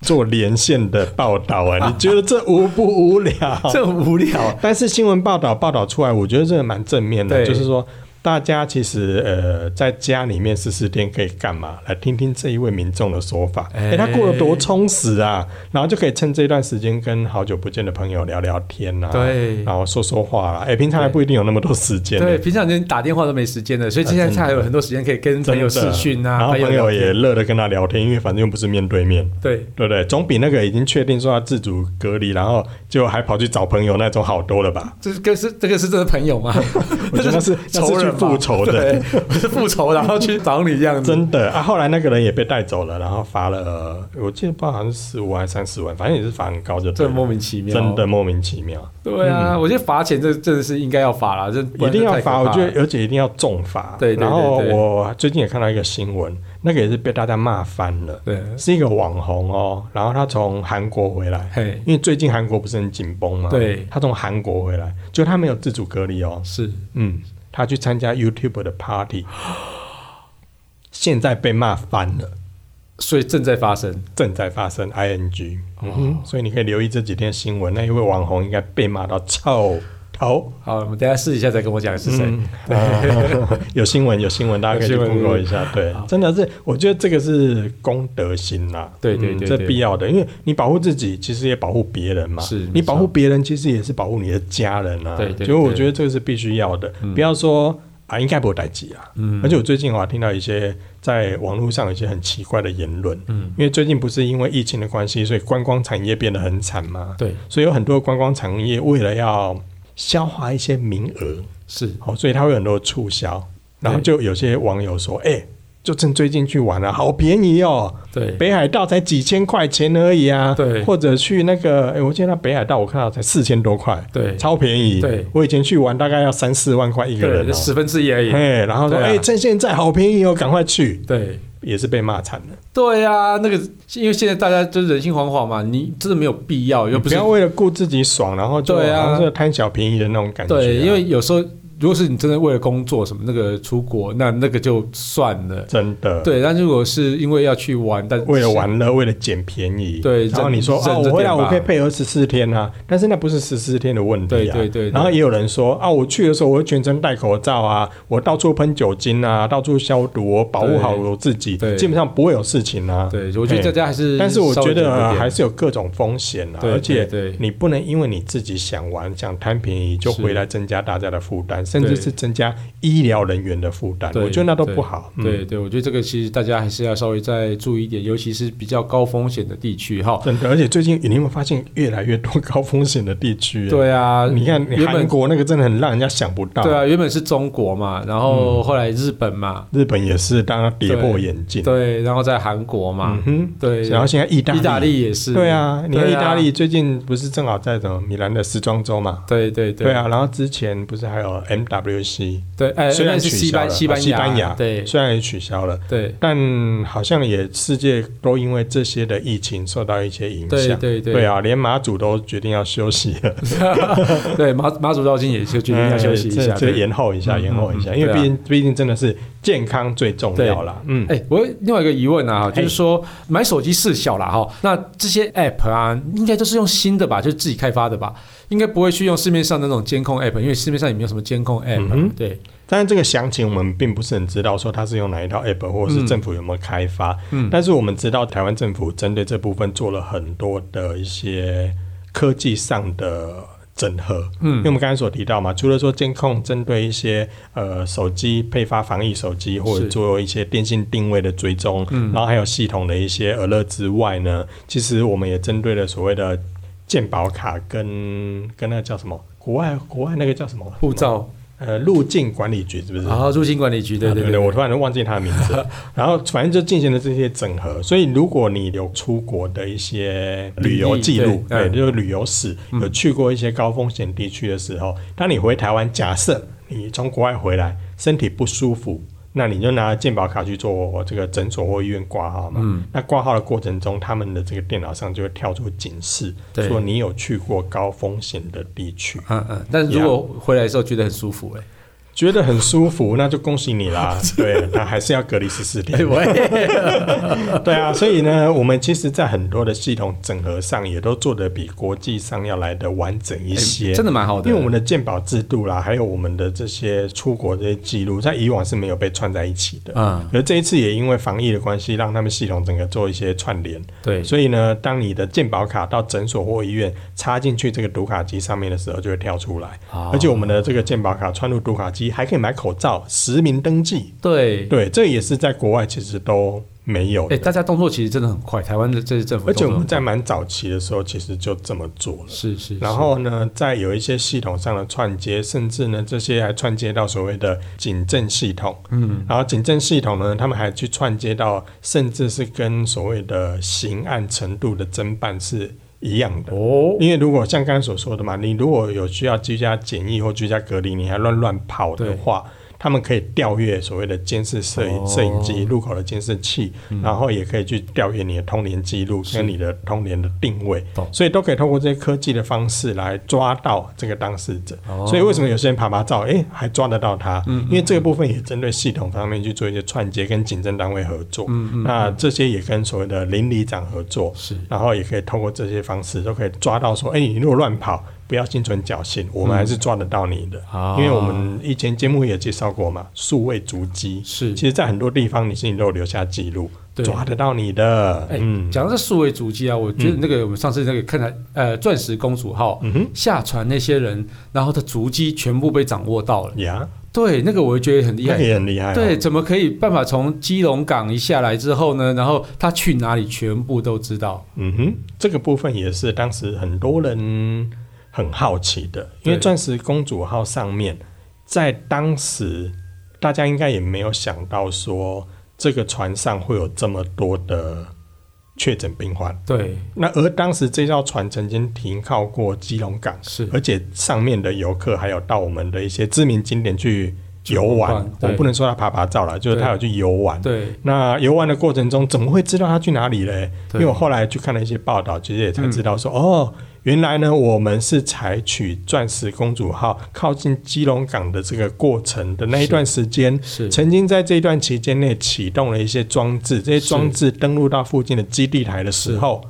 Speaker 2: 做连线的报道 啊，你觉得这无不无聊？
Speaker 1: 这很无聊。
Speaker 2: 但是新闻报道报道出来，我觉得这个蛮正面的，
Speaker 1: 对
Speaker 2: 就是说大家其实呃在家里面十四天可以干嘛？来听听这一位民众的说法，哎、
Speaker 1: 哎
Speaker 2: 他过得多充实啊！然后就可以趁这段时间跟好久不见的朋友聊聊天啊，
Speaker 1: 对
Speaker 2: 然后说说话啦、哎、平常还不一定有那么多时间呢、
Speaker 1: 对，平常人打电话都没时间的，所以现在他还有很多时间可以跟
Speaker 2: 啊
Speaker 1: 朋
Speaker 2: 真的
Speaker 1: 友视讯啊，
Speaker 2: 然后朋
Speaker 1: 聊
Speaker 2: 友
Speaker 1: 天
Speaker 2: 也乐得跟他聊天，因为反正又不是面对面。
Speaker 1: 对，
Speaker 2: 对不对？总比那个已经确定说要自主隔离，然后就还跑去找朋友那种好多了吧？
Speaker 1: 这个是这个是真的朋友吗？
Speaker 2: 我觉得 那是那是
Speaker 1: 仇
Speaker 2: 去
Speaker 1: 人吧
Speaker 2: 复仇的，
Speaker 1: 对，不是复仇，然后去找你这样子。
Speaker 2: 真的啊！后来那个人也被带走了，然后罚了，我记得不知道好像是十五还是三十万，反正也是罚很高就对
Speaker 1: 这
Speaker 2: 了
Speaker 1: 莫名其妙，
Speaker 2: 真的莫名其妙，
Speaker 1: 对啊，我觉得罚钱这真的是应该要罚啦，这
Speaker 2: 一定要罚，我觉
Speaker 1: 得
Speaker 2: 得而且一定要重罚。
Speaker 1: 对对对
Speaker 2: 然后
Speaker 1: 对
Speaker 2: 我最近也看到一个新闻，那个也是被大家骂翻了，
Speaker 1: 对，
Speaker 2: 是一个网红哦，然后他从韩国回来，
Speaker 1: 嘿，
Speaker 2: 因为最近韩国不是很紧绷嘛，
Speaker 1: 对
Speaker 2: 他从韩国回来，就他没有自主隔离哦，
Speaker 1: 是
Speaker 2: 嗯，他去参加 YouTube 的 party，现在被骂翻了。
Speaker 1: 所以正在发生，
Speaker 2: 正在发生 ing，、嗯哼、所以你可以留意这几天新闻，那一位网红应该被骂到臭头。
Speaker 1: 好，我们等一下试一下再跟我讲是
Speaker 2: 嗯
Speaker 1: 谁。
Speaker 2: 啊 有新闻有新闻，大家可以去
Speaker 1: 有新闻
Speaker 2: Google 一下。对，真的是，我觉得这个是功德心啦、嗯
Speaker 1: 对对对
Speaker 2: 这
Speaker 1: 对
Speaker 2: 必要的，因为你保护自己，其实也保护别人嘛。
Speaker 1: 是没错
Speaker 2: 你保护别人，其实也是保护你的家人啊。
Speaker 1: 对对对嗯
Speaker 2: 所以我觉得这个是必须要的，不要说。啊，应该不会待机啊。嗯，而且我最近我还听到一些在网络上有一些很奇怪的言论。嗯，因为最近不是因为疫情的关系，所以观光产业变得很惨嘛。
Speaker 1: 对，
Speaker 2: 所以有很多观光产业为了要消化一些名额，
Speaker 1: 是
Speaker 2: 好、所以它会有很多促销，然后就有些网友说，哎、就趁最近去玩啊，好便宜哦，
Speaker 1: 对
Speaker 2: 北海道才几千块钱而已啊，
Speaker 1: 对
Speaker 2: 或者去那个，哎、我记得那北海道我看到才四千多块，
Speaker 1: 对
Speaker 2: 超便宜，
Speaker 1: 对
Speaker 2: 我以前去玩大概要三四万块一个
Speaker 1: 对，
Speaker 2: 人、
Speaker 1: 就
Speaker 2: 哦，
Speaker 1: 十分之一而已。
Speaker 2: 哎，然后说，
Speaker 1: 对啊
Speaker 2: 哎、趁现在好便宜哦，赶快去，
Speaker 1: 对
Speaker 2: 也是被骂惨了，
Speaker 1: 对啊，那个因为现在大家就是人心惶惶嘛，你真的没有必要，又不
Speaker 2: 不
Speaker 1: 是
Speaker 2: 要为了顾自己爽，然后就好
Speaker 1: 对啊
Speaker 2: 像是贪小便宜的那种感觉啊、
Speaker 1: 对，因为有时候如果是你真的为了工作什么那个出国，那那个就算了。
Speaker 2: 真的，
Speaker 1: 对，但如果是因为要去玩，但
Speaker 2: 为了玩乐，为了捡便宜，
Speaker 1: 对
Speaker 2: 然后
Speaker 1: 忍
Speaker 2: 你说啊，
Speaker 1: 忍着
Speaker 2: 我回来
Speaker 1: 点吧
Speaker 2: 我可以配合十四天啊，但是那不是十四天的问题啊。
Speaker 1: 对对对对
Speaker 2: 然后也有人说啊，我去的时候我会全程戴口罩啊，我到处喷酒精啊，到处消毒，我保护好我自己，
Speaker 1: 对
Speaker 2: 基本上不会有事情啊。
Speaker 1: 对，我觉得大家还是，
Speaker 2: 但是我觉得、啊还是有各种风险啊，
Speaker 1: 对
Speaker 2: 而且
Speaker 1: 对对
Speaker 2: 你不能因为你自己想玩、想贪便宜，就回来增加大家的负担，甚至
Speaker 1: 对
Speaker 2: 是增加医疗人员的负担，
Speaker 1: 对
Speaker 2: 我觉得那都
Speaker 1: 对
Speaker 2: 不好。嗯
Speaker 1: 对对，我觉得这个其实大家还是要稍微再注意一点，尤其是比较高风险的地区哈。
Speaker 2: 真的，而且最近你有没有发现越来越多高风险的地区？，
Speaker 1: 对啊，
Speaker 2: 你看
Speaker 1: 原
Speaker 2: 韩
Speaker 1: 本
Speaker 2: 国那个真的很让人家想不到，
Speaker 1: 对啊，原本是中国嘛，然
Speaker 2: 嗯
Speaker 1: 后后来日本嘛，
Speaker 2: 日本也是，当然跌破眼镜。
Speaker 1: 对，然后在韩国嘛
Speaker 2: 嗯，哼，
Speaker 1: 对，
Speaker 2: 然后现在意大利，
Speaker 1: 意大利也是，
Speaker 2: 对，啊，你看
Speaker 1: 对
Speaker 2: 意
Speaker 1: 啊
Speaker 2: 大利最近不是正好在什么米兰的时装周嘛？
Speaker 1: 对对
Speaker 2: 对，啊，然后之前不是还有 MWC，
Speaker 1: 对，哎，
Speaker 2: 虽然
Speaker 1: 那是
Speaker 2: 取
Speaker 1: 西
Speaker 2: 消了啊哦
Speaker 1: 班西班牙，
Speaker 2: 西班牙
Speaker 1: 对
Speaker 2: 虽然也取消了，
Speaker 1: 对
Speaker 2: 但好像也世界都因为这些的疫情受到一些影
Speaker 1: 对
Speaker 2: 响。
Speaker 1: 对对
Speaker 2: 对啊，连马祖都决定要休息了，
Speaker 1: 对，马马祖道金也是决定要休息一下，
Speaker 2: 哎这这
Speaker 1: 对
Speaker 2: 延后一下，
Speaker 1: 嗯
Speaker 2: 延后一下，
Speaker 1: 嗯嗯
Speaker 2: 因
Speaker 1: 对
Speaker 2: 为
Speaker 1: 啊
Speaker 2: 毕竟毕竟真的是健康最重要啦。嗯，
Speaker 1: 哎、我有另外一个疑问啊，就是
Speaker 2: 哎
Speaker 1: 说买手机事小啦哈，那这些 app 啊，应该都是用新的吧，就是自己开发的吧，应该不会去用市面上那种监控 app，因为市面上也没有什么监控 app，、
Speaker 2: 嗯哼
Speaker 1: 对，
Speaker 2: 当然这个详情我们并不是很知道，说它是用哪一套 app 或者是政府有没有开发。
Speaker 1: 嗯
Speaker 2: 但是我们知道台湾政府针对这部分做了很多的一些科技上的整合。因为
Speaker 1: 嗯
Speaker 2: 我们刚才所提到嘛，除了说监控针对一些呃手机配发防疫手机，或者
Speaker 1: 是嗯
Speaker 2: 做一些电信定位的追踪，然后还有系统的一些额乐之外呢，其实我们也针对了所谓的健保卡跟跟那个叫什么国外国外那个叫什么
Speaker 1: 护照，
Speaker 2: 呃入境管理局是不是？
Speaker 1: 然后入境管理局，对
Speaker 2: 啊
Speaker 1: 对
Speaker 2: 对
Speaker 1: 对，
Speaker 2: 我突然忘记他的名 字了。然后反正就进行了这些整合，所以如果你有出国的一些旅游记录，
Speaker 1: 对
Speaker 2: 对，
Speaker 1: 嗯
Speaker 2: 就是旅游史，有去过一些高风险地区的时候，当你回台湾，假设你从国外回来，身体不舒服。那你就拿健保卡去做这个诊所或医院挂号嘛。
Speaker 1: 嗯
Speaker 2: 那挂号的过程中，他们的这个电脑上就会跳出警示，
Speaker 1: 对
Speaker 2: 说你有去过高风险的地区。
Speaker 1: 嗯嗯，但是如果回来的时候觉得很舒服、哎。
Speaker 2: 觉得很舒服，那就恭喜 你啦。对，那还是要隔离十四
Speaker 1: 哎
Speaker 2: 天。对啊，所以呢，我们其实，在很多的系统整合上，也都做得比国际上要来的完整一些。
Speaker 1: 哎真的蛮好的，
Speaker 2: 因为我们的鉴保制度啦，还有我们的这些出国这些记录，在以往是没有被串在一起的。
Speaker 1: 啊、
Speaker 2: 而这一次也因为防疫的关系，让他们系统整个做一些串联。
Speaker 1: 对，
Speaker 2: 所以呢，当你的健保卡到诊所或医院插进去这个读卡机上面的时候，就会跳出来。
Speaker 1: 哦
Speaker 2: 而且我们的这个健保卡穿入读卡机，还可以买口罩、实名登记。
Speaker 1: 对，
Speaker 2: 对，这也是在国外其实都没有
Speaker 1: 哎、
Speaker 2: 的。
Speaker 1: 大家动作其实真的很快，台湾的这些政府
Speaker 2: 而且
Speaker 1: 动作
Speaker 2: 我们
Speaker 1: 很快，
Speaker 2: 在蛮早期的时候，其实就这么做了。
Speaker 1: 是是，
Speaker 2: 然
Speaker 1: 是
Speaker 2: 后呢，在有一些系统上的串接，甚至呢，这些还串接到所谓的警政系统。嗯，然后警政系统呢，他们还去串接到，甚至是跟所谓的刑案程度的侦办是一样的。
Speaker 1: 哦，
Speaker 2: 因为如果像刚刚所说的嘛，你如果有需要居家检疫或居家隔离，你还乱乱跑的话，他们可以调阅所谓的监视摄影、
Speaker 1: 哦嗯
Speaker 2: 摄影机、入口的监视器，然后也可以去调阅你的通联记录跟你的通联的定位
Speaker 1: 懂，
Speaker 2: 所以都可以通过这些科技的方式来抓到这个当事者。
Speaker 1: 哦嗯
Speaker 2: 所以为什么有些人爬爬照，诶，还抓得到他？因为这个部分也针对系统方面去做一些串接，跟警政单位合作。
Speaker 1: 嗯
Speaker 2: 那这些也跟所谓的邻里长合作，
Speaker 1: 是
Speaker 2: 然后也可以透过这些方式都可以抓到说，哎、你如果乱跑，不要心存侥幸，我们还是抓得到你的。
Speaker 1: 啊
Speaker 2: 因为我们以前节目也介绍过嘛，数位足迹，
Speaker 1: 是
Speaker 2: 其实在很多地方你是你都有留下记录，
Speaker 1: 对
Speaker 2: 抓得到你的。
Speaker 1: 哎
Speaker 2: 嗯，，
Speaker 1: 讲到这数位足迹啊，我觉得那个我们上次那个看台呃钻石公主号
Speaker 2: 嗯哼，
Speaker 1: 下船那些人，然后的足迹全部被掌握到了。
Speaker 2: 呀，
Speaker 1: 对，那个我觉得很厉
Speaker 2: 那个
Speaker 1: 害。
Speaker 2: 也很厉害、哦。
Speaker 1: 对，怎么可以办法从基隆港一下来之后呢？然后他去哪里全部都知道。
Speaker 2: 嗯哼，这个部分也是当时很多人很好奇的，因为
Speaker 1: 对
Speaker 2: 钻石公主号上面，在当时大家应该也没有想到说这个船上会有这么多的确诊病患。
Speaker 1: 对，
Speaker 2: 那而当时这艘船曾经停靠过基隆港，
Speaker 1: 是
Speaker 2: 而且上面的游客还有到我们的一些知名景点去游玩
Speaker 1: 去游玩，
Speaker 2: 我
Speaker 1: 对
Speaker 2: 不能说他爬爬照了，就是他有去游玩。
Speaker 1: 对，
Speaker 2: 那游玩的过程中，怎么会知道他去哪里嘞？因
Speaker 1: 对嗯
Speaker 2: 为我后来去看了一些报道，其实也才知道说，哦，原来呢，我们是采取钻石公主号靠近基隆港的这个过程的那一段时间，
Speaker 1: 是
Speaker 2: 曾经在这一段期间内启动了一些装置，这些装置登录到附近的基地台的时候，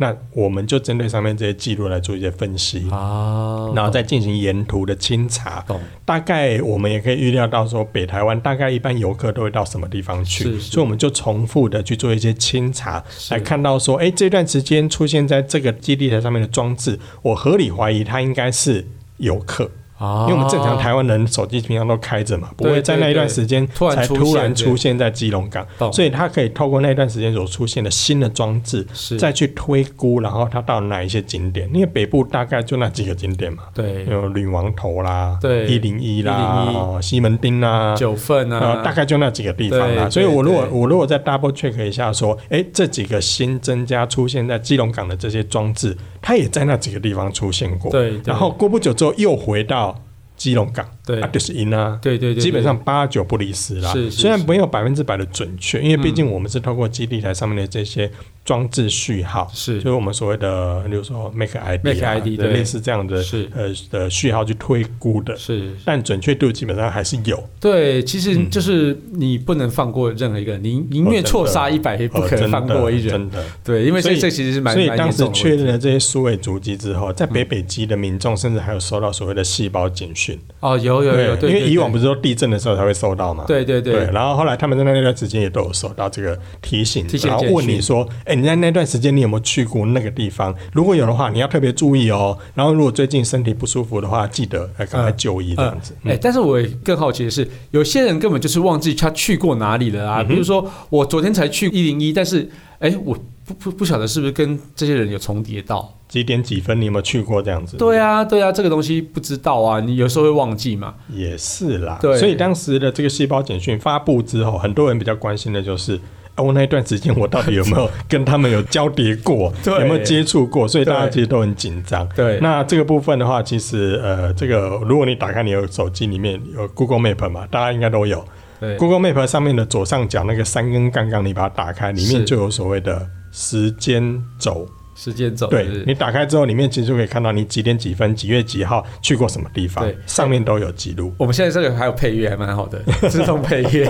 Speaker 2: 那我们就针对上面这些记录来做一些分析，
Speaker 1: 啊，
Speaker 2: 然后再进行沿途的清查。
Speaker 1: 懂
Speaker 2: 大概我们也可以预料到说，北台湾大概一般游客都会到什么地方去，
Speaker 1: 是是
Speaker 2: 所以我们就重复的去做一些清查，
Speaker 1: 是
Speaker 2: 来看到说，哎、这段时间出现在这个基地台上面的装置，我合理怀疑它应该是游客。
Speaker 1: 啊
Speaker 2: 因为我们正常台湾人手机平常都开着嘛，不
Speaker 1: 对
Speaker 2: 会在那一段
Speaker 1: 对对
Speaker 2: 时间
Speaker 1: 突然
Speaker 2: 才
Speaker 1: 出
Speaker 2: 突
Speaker 1: 现
Speaker 2: 然
Speaker 1: 对
Speaker 2: 出现在基隆港，
Speaker 1: 懂
Speaker 2: 所以它可以透过那一段时间所出现的新的装置，
Speaker 1: 是
Speaker 2: 再去推估，然后它到哪一些景点，因为北部大概就那几个景点嘛，
Speaker 1: 对
Speaker 2: 有女王头啦，
Speaker 1: 对
Speaker 2: 一零一啦，
Speaker 1: 101
Speaker 2: 哦西门町啦，
Speaker 1: 九份啊，
Speaker 2: 呃，大概就那几个地方啦。
Speaker 1: 对
Speaker 2: 所以我如果
Speaker 1: 对对
Speaker 2: 我如果再 double check 一下，说，哎、这几个新增加出现在基隆港的这些装置，它也在那几个地方出现过。
Speaker 1: 对对
Speaker 2: 然后过不久之后又回到基隆港，
Speaker 1: 对
Speaker 2: 啊、就是赢啊。
Speaker 1: 对对对，
Speaker 2: 基本上八九不离十啦，
Speaker 1: 是是嗯
Speaker 2: 虽然没有百分之百的准确，因为毕竟我们是透过基地台上面的这些装置序号，
Speaker 1: 是
Speaker 2: 就是我们所谓的，例如说 Make ID、啊、
Speaker 1: Make ID 对
Speaker 2: 类似这样的
Speaker 1: 是
Speaker 2: 呃的序号去推估的，
Speaker 1: 是
Speaker 2: 但准确度基本上还是有。
Speaker 1: 对，其实
Speaker 2: 嗯
Speaker 1: 就是你不能放过任何一个人，你宁愿错杀一百，也不可能放过一
Speaker 2: 哦
Speaker 1: 人。
Speaker 2: 真的。真的
Speaker 1: 对，因为
Speaker 2: 所
Speaker 1: 这
Speaker 2: 以
Speaker 1: 这其实是蛮
Speaker 2: 所以
Speaker 1: 蛮
Speaker 2: 当
Speaker 1: 严
Speaker 2: 时
Speaker 1: 重的嗯
Speaker 2: 确
Speaker 1: 问题
Speaker 2: 认了这些数位足迹之后，在北北基的民众甚至还有收到所谓的细胞简讯，
Speaker 1: 哦，有有有，对，
Speaker 2: 因为以往不
Speaker 1: 是
Speaker 2: 是说地震的时候才会收到嘛，
Speaker 1: 对对对
Speaker 2: 然后后来他们在那段时间也都有收到这个提醒，
Speaker 1: 提醒
Speaker 2: 然后
Speaker 1: 简
Speaker 2: 问
Speaker 1: 讯
Speaker 2: 你说，哎、你在那段时间你有没有去过那个地方？如果有的话，你要特别注意哦。然后如果最近身体不舒服的话，记得来赶快就医这样子。嗯
Speaker 1: 哎、但是我更好奇的是，有些人根本就是忘记他去过哪里
Speaker 2: 嗯
Speaker 1: 了啊。比如说，我昨天才去一零一，但是哎、我不不不晓得是不是跟这些人有重叠到。
Speaker 2: 几点几分你有没有去过这样子？
Speaker 1: 对啊，对啊，这个东西不知道啊，你有时候会忘记嘛。
Speaker 2: 也是啦，
Speaker 1: 对
Speaker 2: 所以当时的这个细胞简讯发布之后，很多人比较关心的就是。啊我那一段时间，我到底有没有跟他们有交叠过，
Speaker 1: 对
Speaker 2: 有没有接触过？所以
Speaker 1: 对
Speaker 2: 大家其实都很紧张。
Speaker 1: 对
Speaker 2: 那这个部分的话，其实呃，这个如果你打开你的手机里面有 Google Map 嘛，大家应该都有。
Speaker 1: 对，
Speaker 2: Google Map 上面的左上角那个三根杠杠，你把它打开，里
Speaker 1: 是
Speaker 2: 面就有所谓的时间轴。
Speaker 1: 时间走是不
Speaker 2: 对
Speaker 1: 是
Speaker 2: 你打开之后，里面其实就可以看到你几点几分、几月几号去过什么地方
Speaker 1: 对，
Speaker 2: 上面都有记录。
Speaker 1: 我们现在这个还有配乐，还蛮好 的，自动配乐。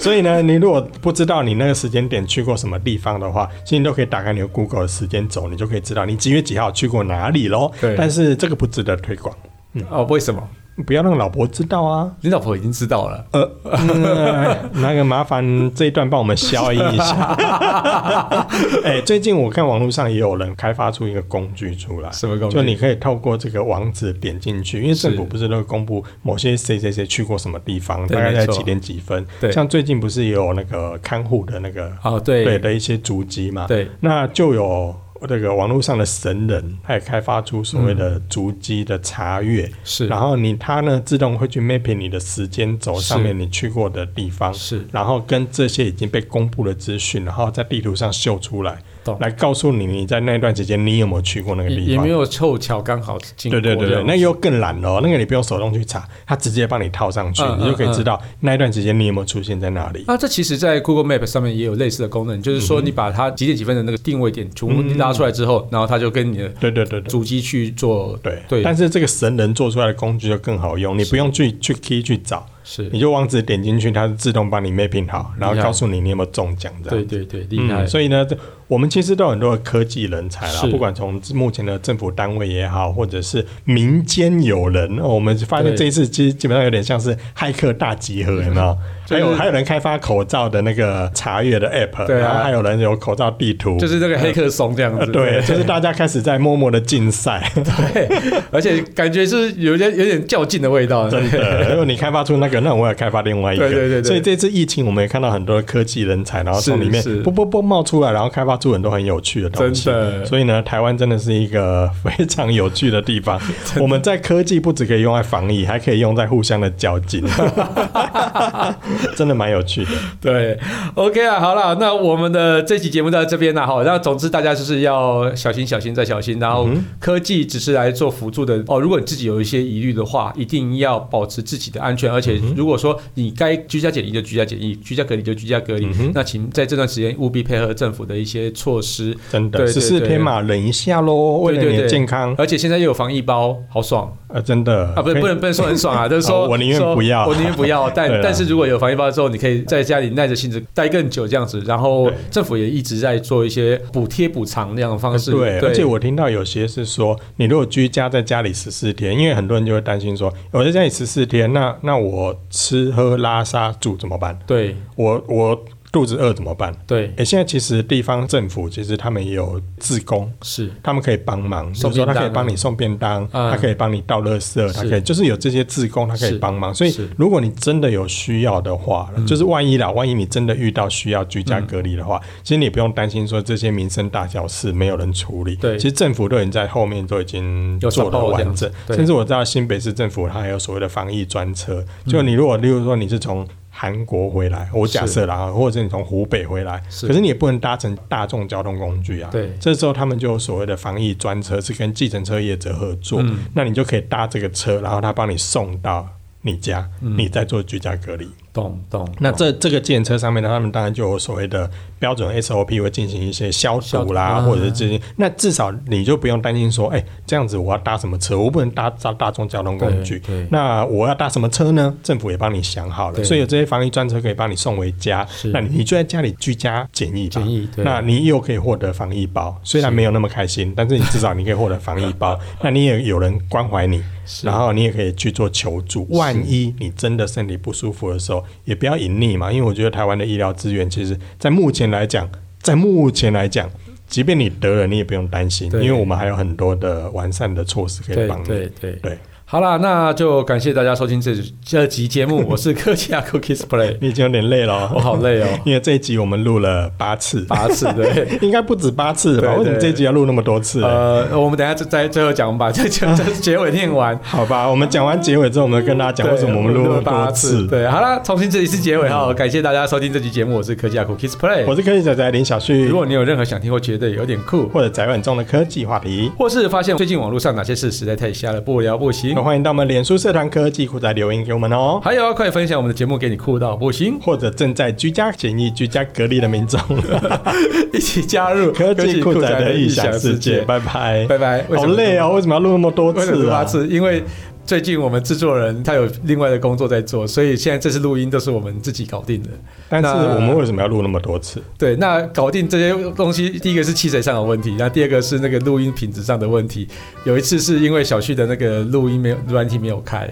Speaker 2: 所以呢，你如果不知道你那个时间点去过什么地方的话，其实你都可以打开你的 Google 的时间轴，你就可以知道你几月几号去过哪里喽
Speaker 1: 对。
Speaker 2: 但是这个不值得推广，
Speaker 1: 哦，为什么？
Speaker 2: 不要让老婆知道啊。
Speaker 1: 你老婆已经知道了。
Speaker 2: 呃，嗯那个麻烦这一段帮我们消音 一下。哎、最近我看网络上也有人开发出一个工具出来，
Speaker 1: 什么工具
Speaker 2: 就你可以透过这个网址点进去，因为政府
Speaker 1: 是
Speaker 2: 不是都公布某些谁谁谁去过什么地方，
Speaker 1: 对
Speaker 2: 大概
Speaker 1: 没
Speaker 2: 在
Speaker 1: 错
Speaker 2: 几点几分
Speaker 1: 对。
Speaker 2: 像最近不是也有那个看护的那个
Speaker 1: 哦，对
Speaker 2: 对的一些足迹嘛，
Speaker 1: 对
Speaker 2: 那就有。这个网络上的神人，他也开发出所谓的足迹的查阅，
Speaker 1: 嗯是
Speaker 2: 然后你它呢自动会去 mapping 你的时间轴
Speaker 1: 是
Speaker 2: 上面你去过的地方，
Speaker 1: 是
Speaker 2: 然后跟这些已经被公布的资讯，然后在地图上秀出来
Speaker 1: 懂，
Speaker 2: 来告诉你你在那段时间你有没有去过那个
Speaker 1: 也
Speaker 2: 地
Speaker 1: 也
Speaker 2: 方
Speaker 1: 没。有凑巧刚好经过
Speaker 2: 对对对
Speaker 1: 这
Speaker 2: 对，
Speaker 1: 样
Speaker 2: 那又更懒了哦、那个你不用手动去查，它直接帮你套上去，
Speaker 1: 嗯
Speaker 2: 你就
Speaker 1: 嗯
Speaker 2: 可以
Speaker 1: 嗯
Speaker 2: 知道那一段时间你有没有出现在哪里。
Speaker 1: 啊，这其实，在 Google Map 上面也有类似的功能，就是说你把它几点几分的那个定位点全部
Speaker 2: 嗯
Speaker 1: 拉出来之后，然后它就跟你的
Speaker 2: 对对对对。
Speaker 1: 主机去做
Speaker 2: 对
Speaker 1: 对，
Speaker 2: 但是这个神人做出来的工具就更好用，你不用去去 key 去找，
Speaker 1: 是
Speaker 2: 你就网址点进去，它自动帮你 mapping 好，然后
Speaker 1: 厉害
Speaker 2: 告诉你你有没有中奖这样
Speaker 1: 对对对，厉害
Speaker 2: 嗯。所以呢，这我们其实都有很多的科技人才啦
Speaker 1: 是，
Speaker 2: 不管从目前的政府单位也好，或者是民间有人，哦我们发现
Speaker 1: 对嗯
Speaker 2: 这一次基基本上有点像是骇客大集合，有没有？
Speaker 1: 就
Speaker 2: 还
Speaker 1: 是
Speaker 2: 有还有人开发口罩的那个查阅的 app，
Speaker 1: 对啊
Speaker 2: 然后还有人有口罩地图，
Speaker 1: 就是这个黑客松这样子，
Speaker 2: 对，就是大家开始在默默的竞赛，
Speaker 1: 对，而且感觉是有点有点较劲的味道，
Speaker 2: 真的。如果你开发出那个，那我也开发另外一个。
Speaker 1: 对对对对
Speaker 2: 所以这次疫情，我们也看到很多科技人才，然后从里面
Speaker 1: 是是
Speaker 2: 啵啵啵冒出来，然后开发出很多很有趣的东西。
Speaker 1: 真的
Speaker 2: 所以呢，台湾真的是一个非常有趣的地 方。我们在科技不只可以用来防疫，还可以用在互相的较 劲，真的蛮有趣的。
Speaker 1: 对，OK 啊，好了，那我们的这期节目到这边了哈。那总之大家就是要小心、小心再小心，然
Speaker 2: 嗯
Speaker 1: 后科技只是来做辅助的哦。如果你自己有一些疑虑的话，一定要保持自己的安全，而
Speaker 2: 嗯
Speaker 1: 且如果说你该居家检疫就居家检疫，居家隔离就居家隔
Speaker 2: 嗯
Speaker 1: 离，那请在这段时间务必配合政府的一些措施。
Speaker 2: 真的，
Speaker 1: 对对
Speaker 2: 十四
Speaker 1: 对
Speaker 2: 天嘛，忍一下喽，为了
Speaker 1: 对
Speaker 2: 你
Speaker 1: 对
Speaker 2: 的
Speaker 1: 对
Speaker 2: 健康。
Speaker 1: 而且现在又有防疫包，好爽
Speaker 2: 呃，真的
Speaker 1: 啊！不是
Speaker 2: 可以
Speaker 1: 不能不能说很 爽啊，就是说
Speaker 2: 哦我宁愿
Speaker 1: 说
Speaker 2: 不要
Speaker 1: 我宁愿不 要。但
Speaker 2: 对啦啊
Speaker 1: 但是如果有防疫包之后，你可以在家里耐着性子待更久这样子。然后
Speaker 2: 对
Speaker 1: 政府也一直在做一些补贴补偿那样的方式。
Speaker 2: 对，而且我听到有些是说，你如果居家在家里十四天，因为很多人就会担心说，我在家里十四天，那那我吃喝拉撒住怎么办？
Speaker 1: 对
Speaker 2: 我我肚子饿怎么办？
Speaker 1: 对，
Speaker 2: 诶，现在其实地方政府其实他们也有自工，
Speaker 1: 是
Speaker 2: 他们可以帮忙，比
Speaker 1: 送
Speaker 2: 如说他可以
Speaker 1: 便当啊
Speaker 2: 帮你送便当，
Speaker 1: 嗯
Speaker 2: 他可以帮你倒垃圾，
Speaker 1: 是
Speaker 2: 他可以就是有这些自工，他可以
Speaker 1: 是
Speaker 2: 帮忙。所以
Speaker 1: 是
Speaker 2: 如果你真的有需要的话，就是万一啦，万一你真的遇到需要居家隔离的话，
Speaker 1: 嗯
Speaker 2: 其实你也不用担心说这些民生大小事没有人处理。
Speaker 1: 对
Speaker 2: 其实政府都已经在后面都已经
Speaker 1: 有
Speaker 2: 做的
Speaker 1: support 这
Speaker 2: 完
Speaker 1: 样子
Speaker 2: 整，
Speaker 1: 对
Speaker 2: 甚至我知道新北市政府它还有所谓的防疫专车，
Speaker 1: 嗯
Speaker 2: 就你如果例如说你是从韩国回来，我假设啦，或者是你从湖北回来，
Speaker 1: 是
Speaker 2: 可是你也不能搭乘大众交通工具啊。
Speaker 1: 对
Speaker 2: 这时候他们就有所谓的防疫专车，是跟计程车业者合作，
Speaker 1: 嗯
Speaker 2: 那你就可以搭这个车，然后他帮你送到你家，
Speaker 1: 嗯
Speaker 2: 你再做居家隔离。
Speaker 1: 懂懂。
Speaker 2: 那
Speaker 1: 懂
Speaker 2: 这这个计程车上面呢，他们当然就有所谓的标准 SOP 会进行一些消
Speaker 1: 消
Speaker 2: 毒
Speaker 1: 毒
Speaker 2: 啦，
Speaker 1: 啊
Speaker 2: 或者是这些。那至少你就不用担心说，哎、这样子我要搭什么车？我不能搭搭大众交通工具
Speaker 1: 对对。
Speaker 2: 那我要搭什么车呢？政府也帮你想好了，
Speaker 1: 对
Speaker 2: 所以有这些防疫专车可以帮你送回家
Speaker 1: 是。
Speaker 2: 那你你就在家里居家检疫吧。
Speaker 1: 检疫对
Speaker 2: 那啊你又可以获得防疫包，虽然没有那么开心，但是你至少你可以获得防疫 包。那你也有人关怀你，然后你也可以去做求助。万一你真的身体不舒服的时候，也不要隐匿嘛，因为我觉得台湾的医疗资源，其实在目前来讲，在目前来讲，即便你得了，你也不用担心，因
Speaker 1: 对
Speaker 2: 为我们还有很多的完善的措施可以
Speaker 1: 对
Speaker 2: 帮你。
Speaker 1: 对对
Speaker 2: 对
Speaker 1: 好啦，那就感谢大家收听这这集节目，我是科技阿 Cookies Play，
Speaker 2: 你已经有点累了哦，
Speaker 1: 我好累哦，
Speaker 2: 因为这一集我们录了八次，
Speaker 1: 八次 对。
Speaker 2: 应该不止八次吧？
Speaker 1: 对
Speaker 2: 为什么
Speaker 1: 对
Speaker 2: 这一集要录那么多次？啊
Speaker 1: 呃，我们等一下再再最后讲，我们把这这这结尾念完。
Speaker 2: 好吧，我们讲完结尾之后，我们跟大家讲为什么我们录那么
Speaker 1: 八
Speaker 2: 多次。嗯
Speaker 1: 对，好啦，重新这里是结尾哈，感谢大家收听这期节目，我是科技阿 Cookies Play。
Speaker 2: 我是科技仔仔林小旭
Speaker 1: 如，果你有任何想听或觉得有点酷，
Speaker 2: 或者宅晚中的科技话题，
Speaker 1: 或是发现最近网络上哪些事实在太瞎了，不聊不行
Speaker 2: 也。欢迎到我们脸书社团科技酷仔留言给我们哦。
Speaker 1: 还有啊，快分享我们的节目给你酷到不行，
Speaker 2: 或者正在居家检疫、居家隔离的 民众，
Speaker 1: 一起加入
Speaker 2: 科技酷仔的异想世界，拜拜。
Speaker 1: 拜拜，为什
Speaker 2: 好
Speaker 1: 么
Speaker 2: 累哦，为什么要录那么多
Speaker 1: 为什么
Speaker 2: 次啊
Speaker 1: 八？次？因为最近我们制作人他有另外的工作在做，所以现在这次录音都是我们自己搞定的。
Speaker 2: 但是
Speaker 1: 那
Speaker 2: 我们为什么要录那么多次？
Speaker 1: 对，那搞定这些东西，第一个是器材上的问题，那第二个是那个录音品质上的问题。有一次是因为小旭的那个录音没有软体没有 开，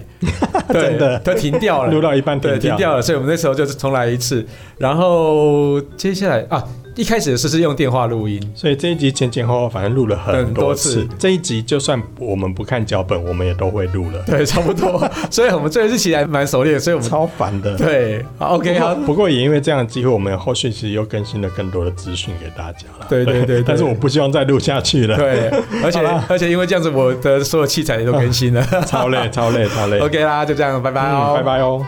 Speaker 1: 对
Speaker 2: 真的
Speaker 1: 它停掉了，
Speaker 2: 录到一半
Speaker 1: 对，
Speaker 2: 停
Speaker 1: 停
Speaker 2: 掉。
Speaker 1: 掉了，所以我们那时候就是重来一次。然后接下来啊，一开始的时候是用电话录音，
Speaker 2: 所以这一集前前后后反正录了很
Speaker 1: 很多
Speaker 2: 多
Speaker 1: 次
Speaker 2: 次。这一集就算我们不看脚本，我们也都会录了，
Speaker 1: 对，差不多。 所以我们这一次起来蛮熟练，所以我们
Speaker 2: 超烦的。
Speaker 1: 对好，OK，
Speaker 2: 不过
Speaker 1: 好，
Speaker 2: 啊不过也因为这样的机会，我们后续其实又更新了更多的资讯给大家了。
Speaker 1: 对对对对
Speaker 2: 但是我不希望再录下去了。，
Speaker 1: 对，而且而且因为这样子，我的所有器材也都更新了，
Speaker 2: 超累，超累，超累。
Speaker 1: OK 啦，就这样，拜拜、
Speaker 2: 嗯，
Speaker 1: 哦，
Speaker 2: 拜拜哦。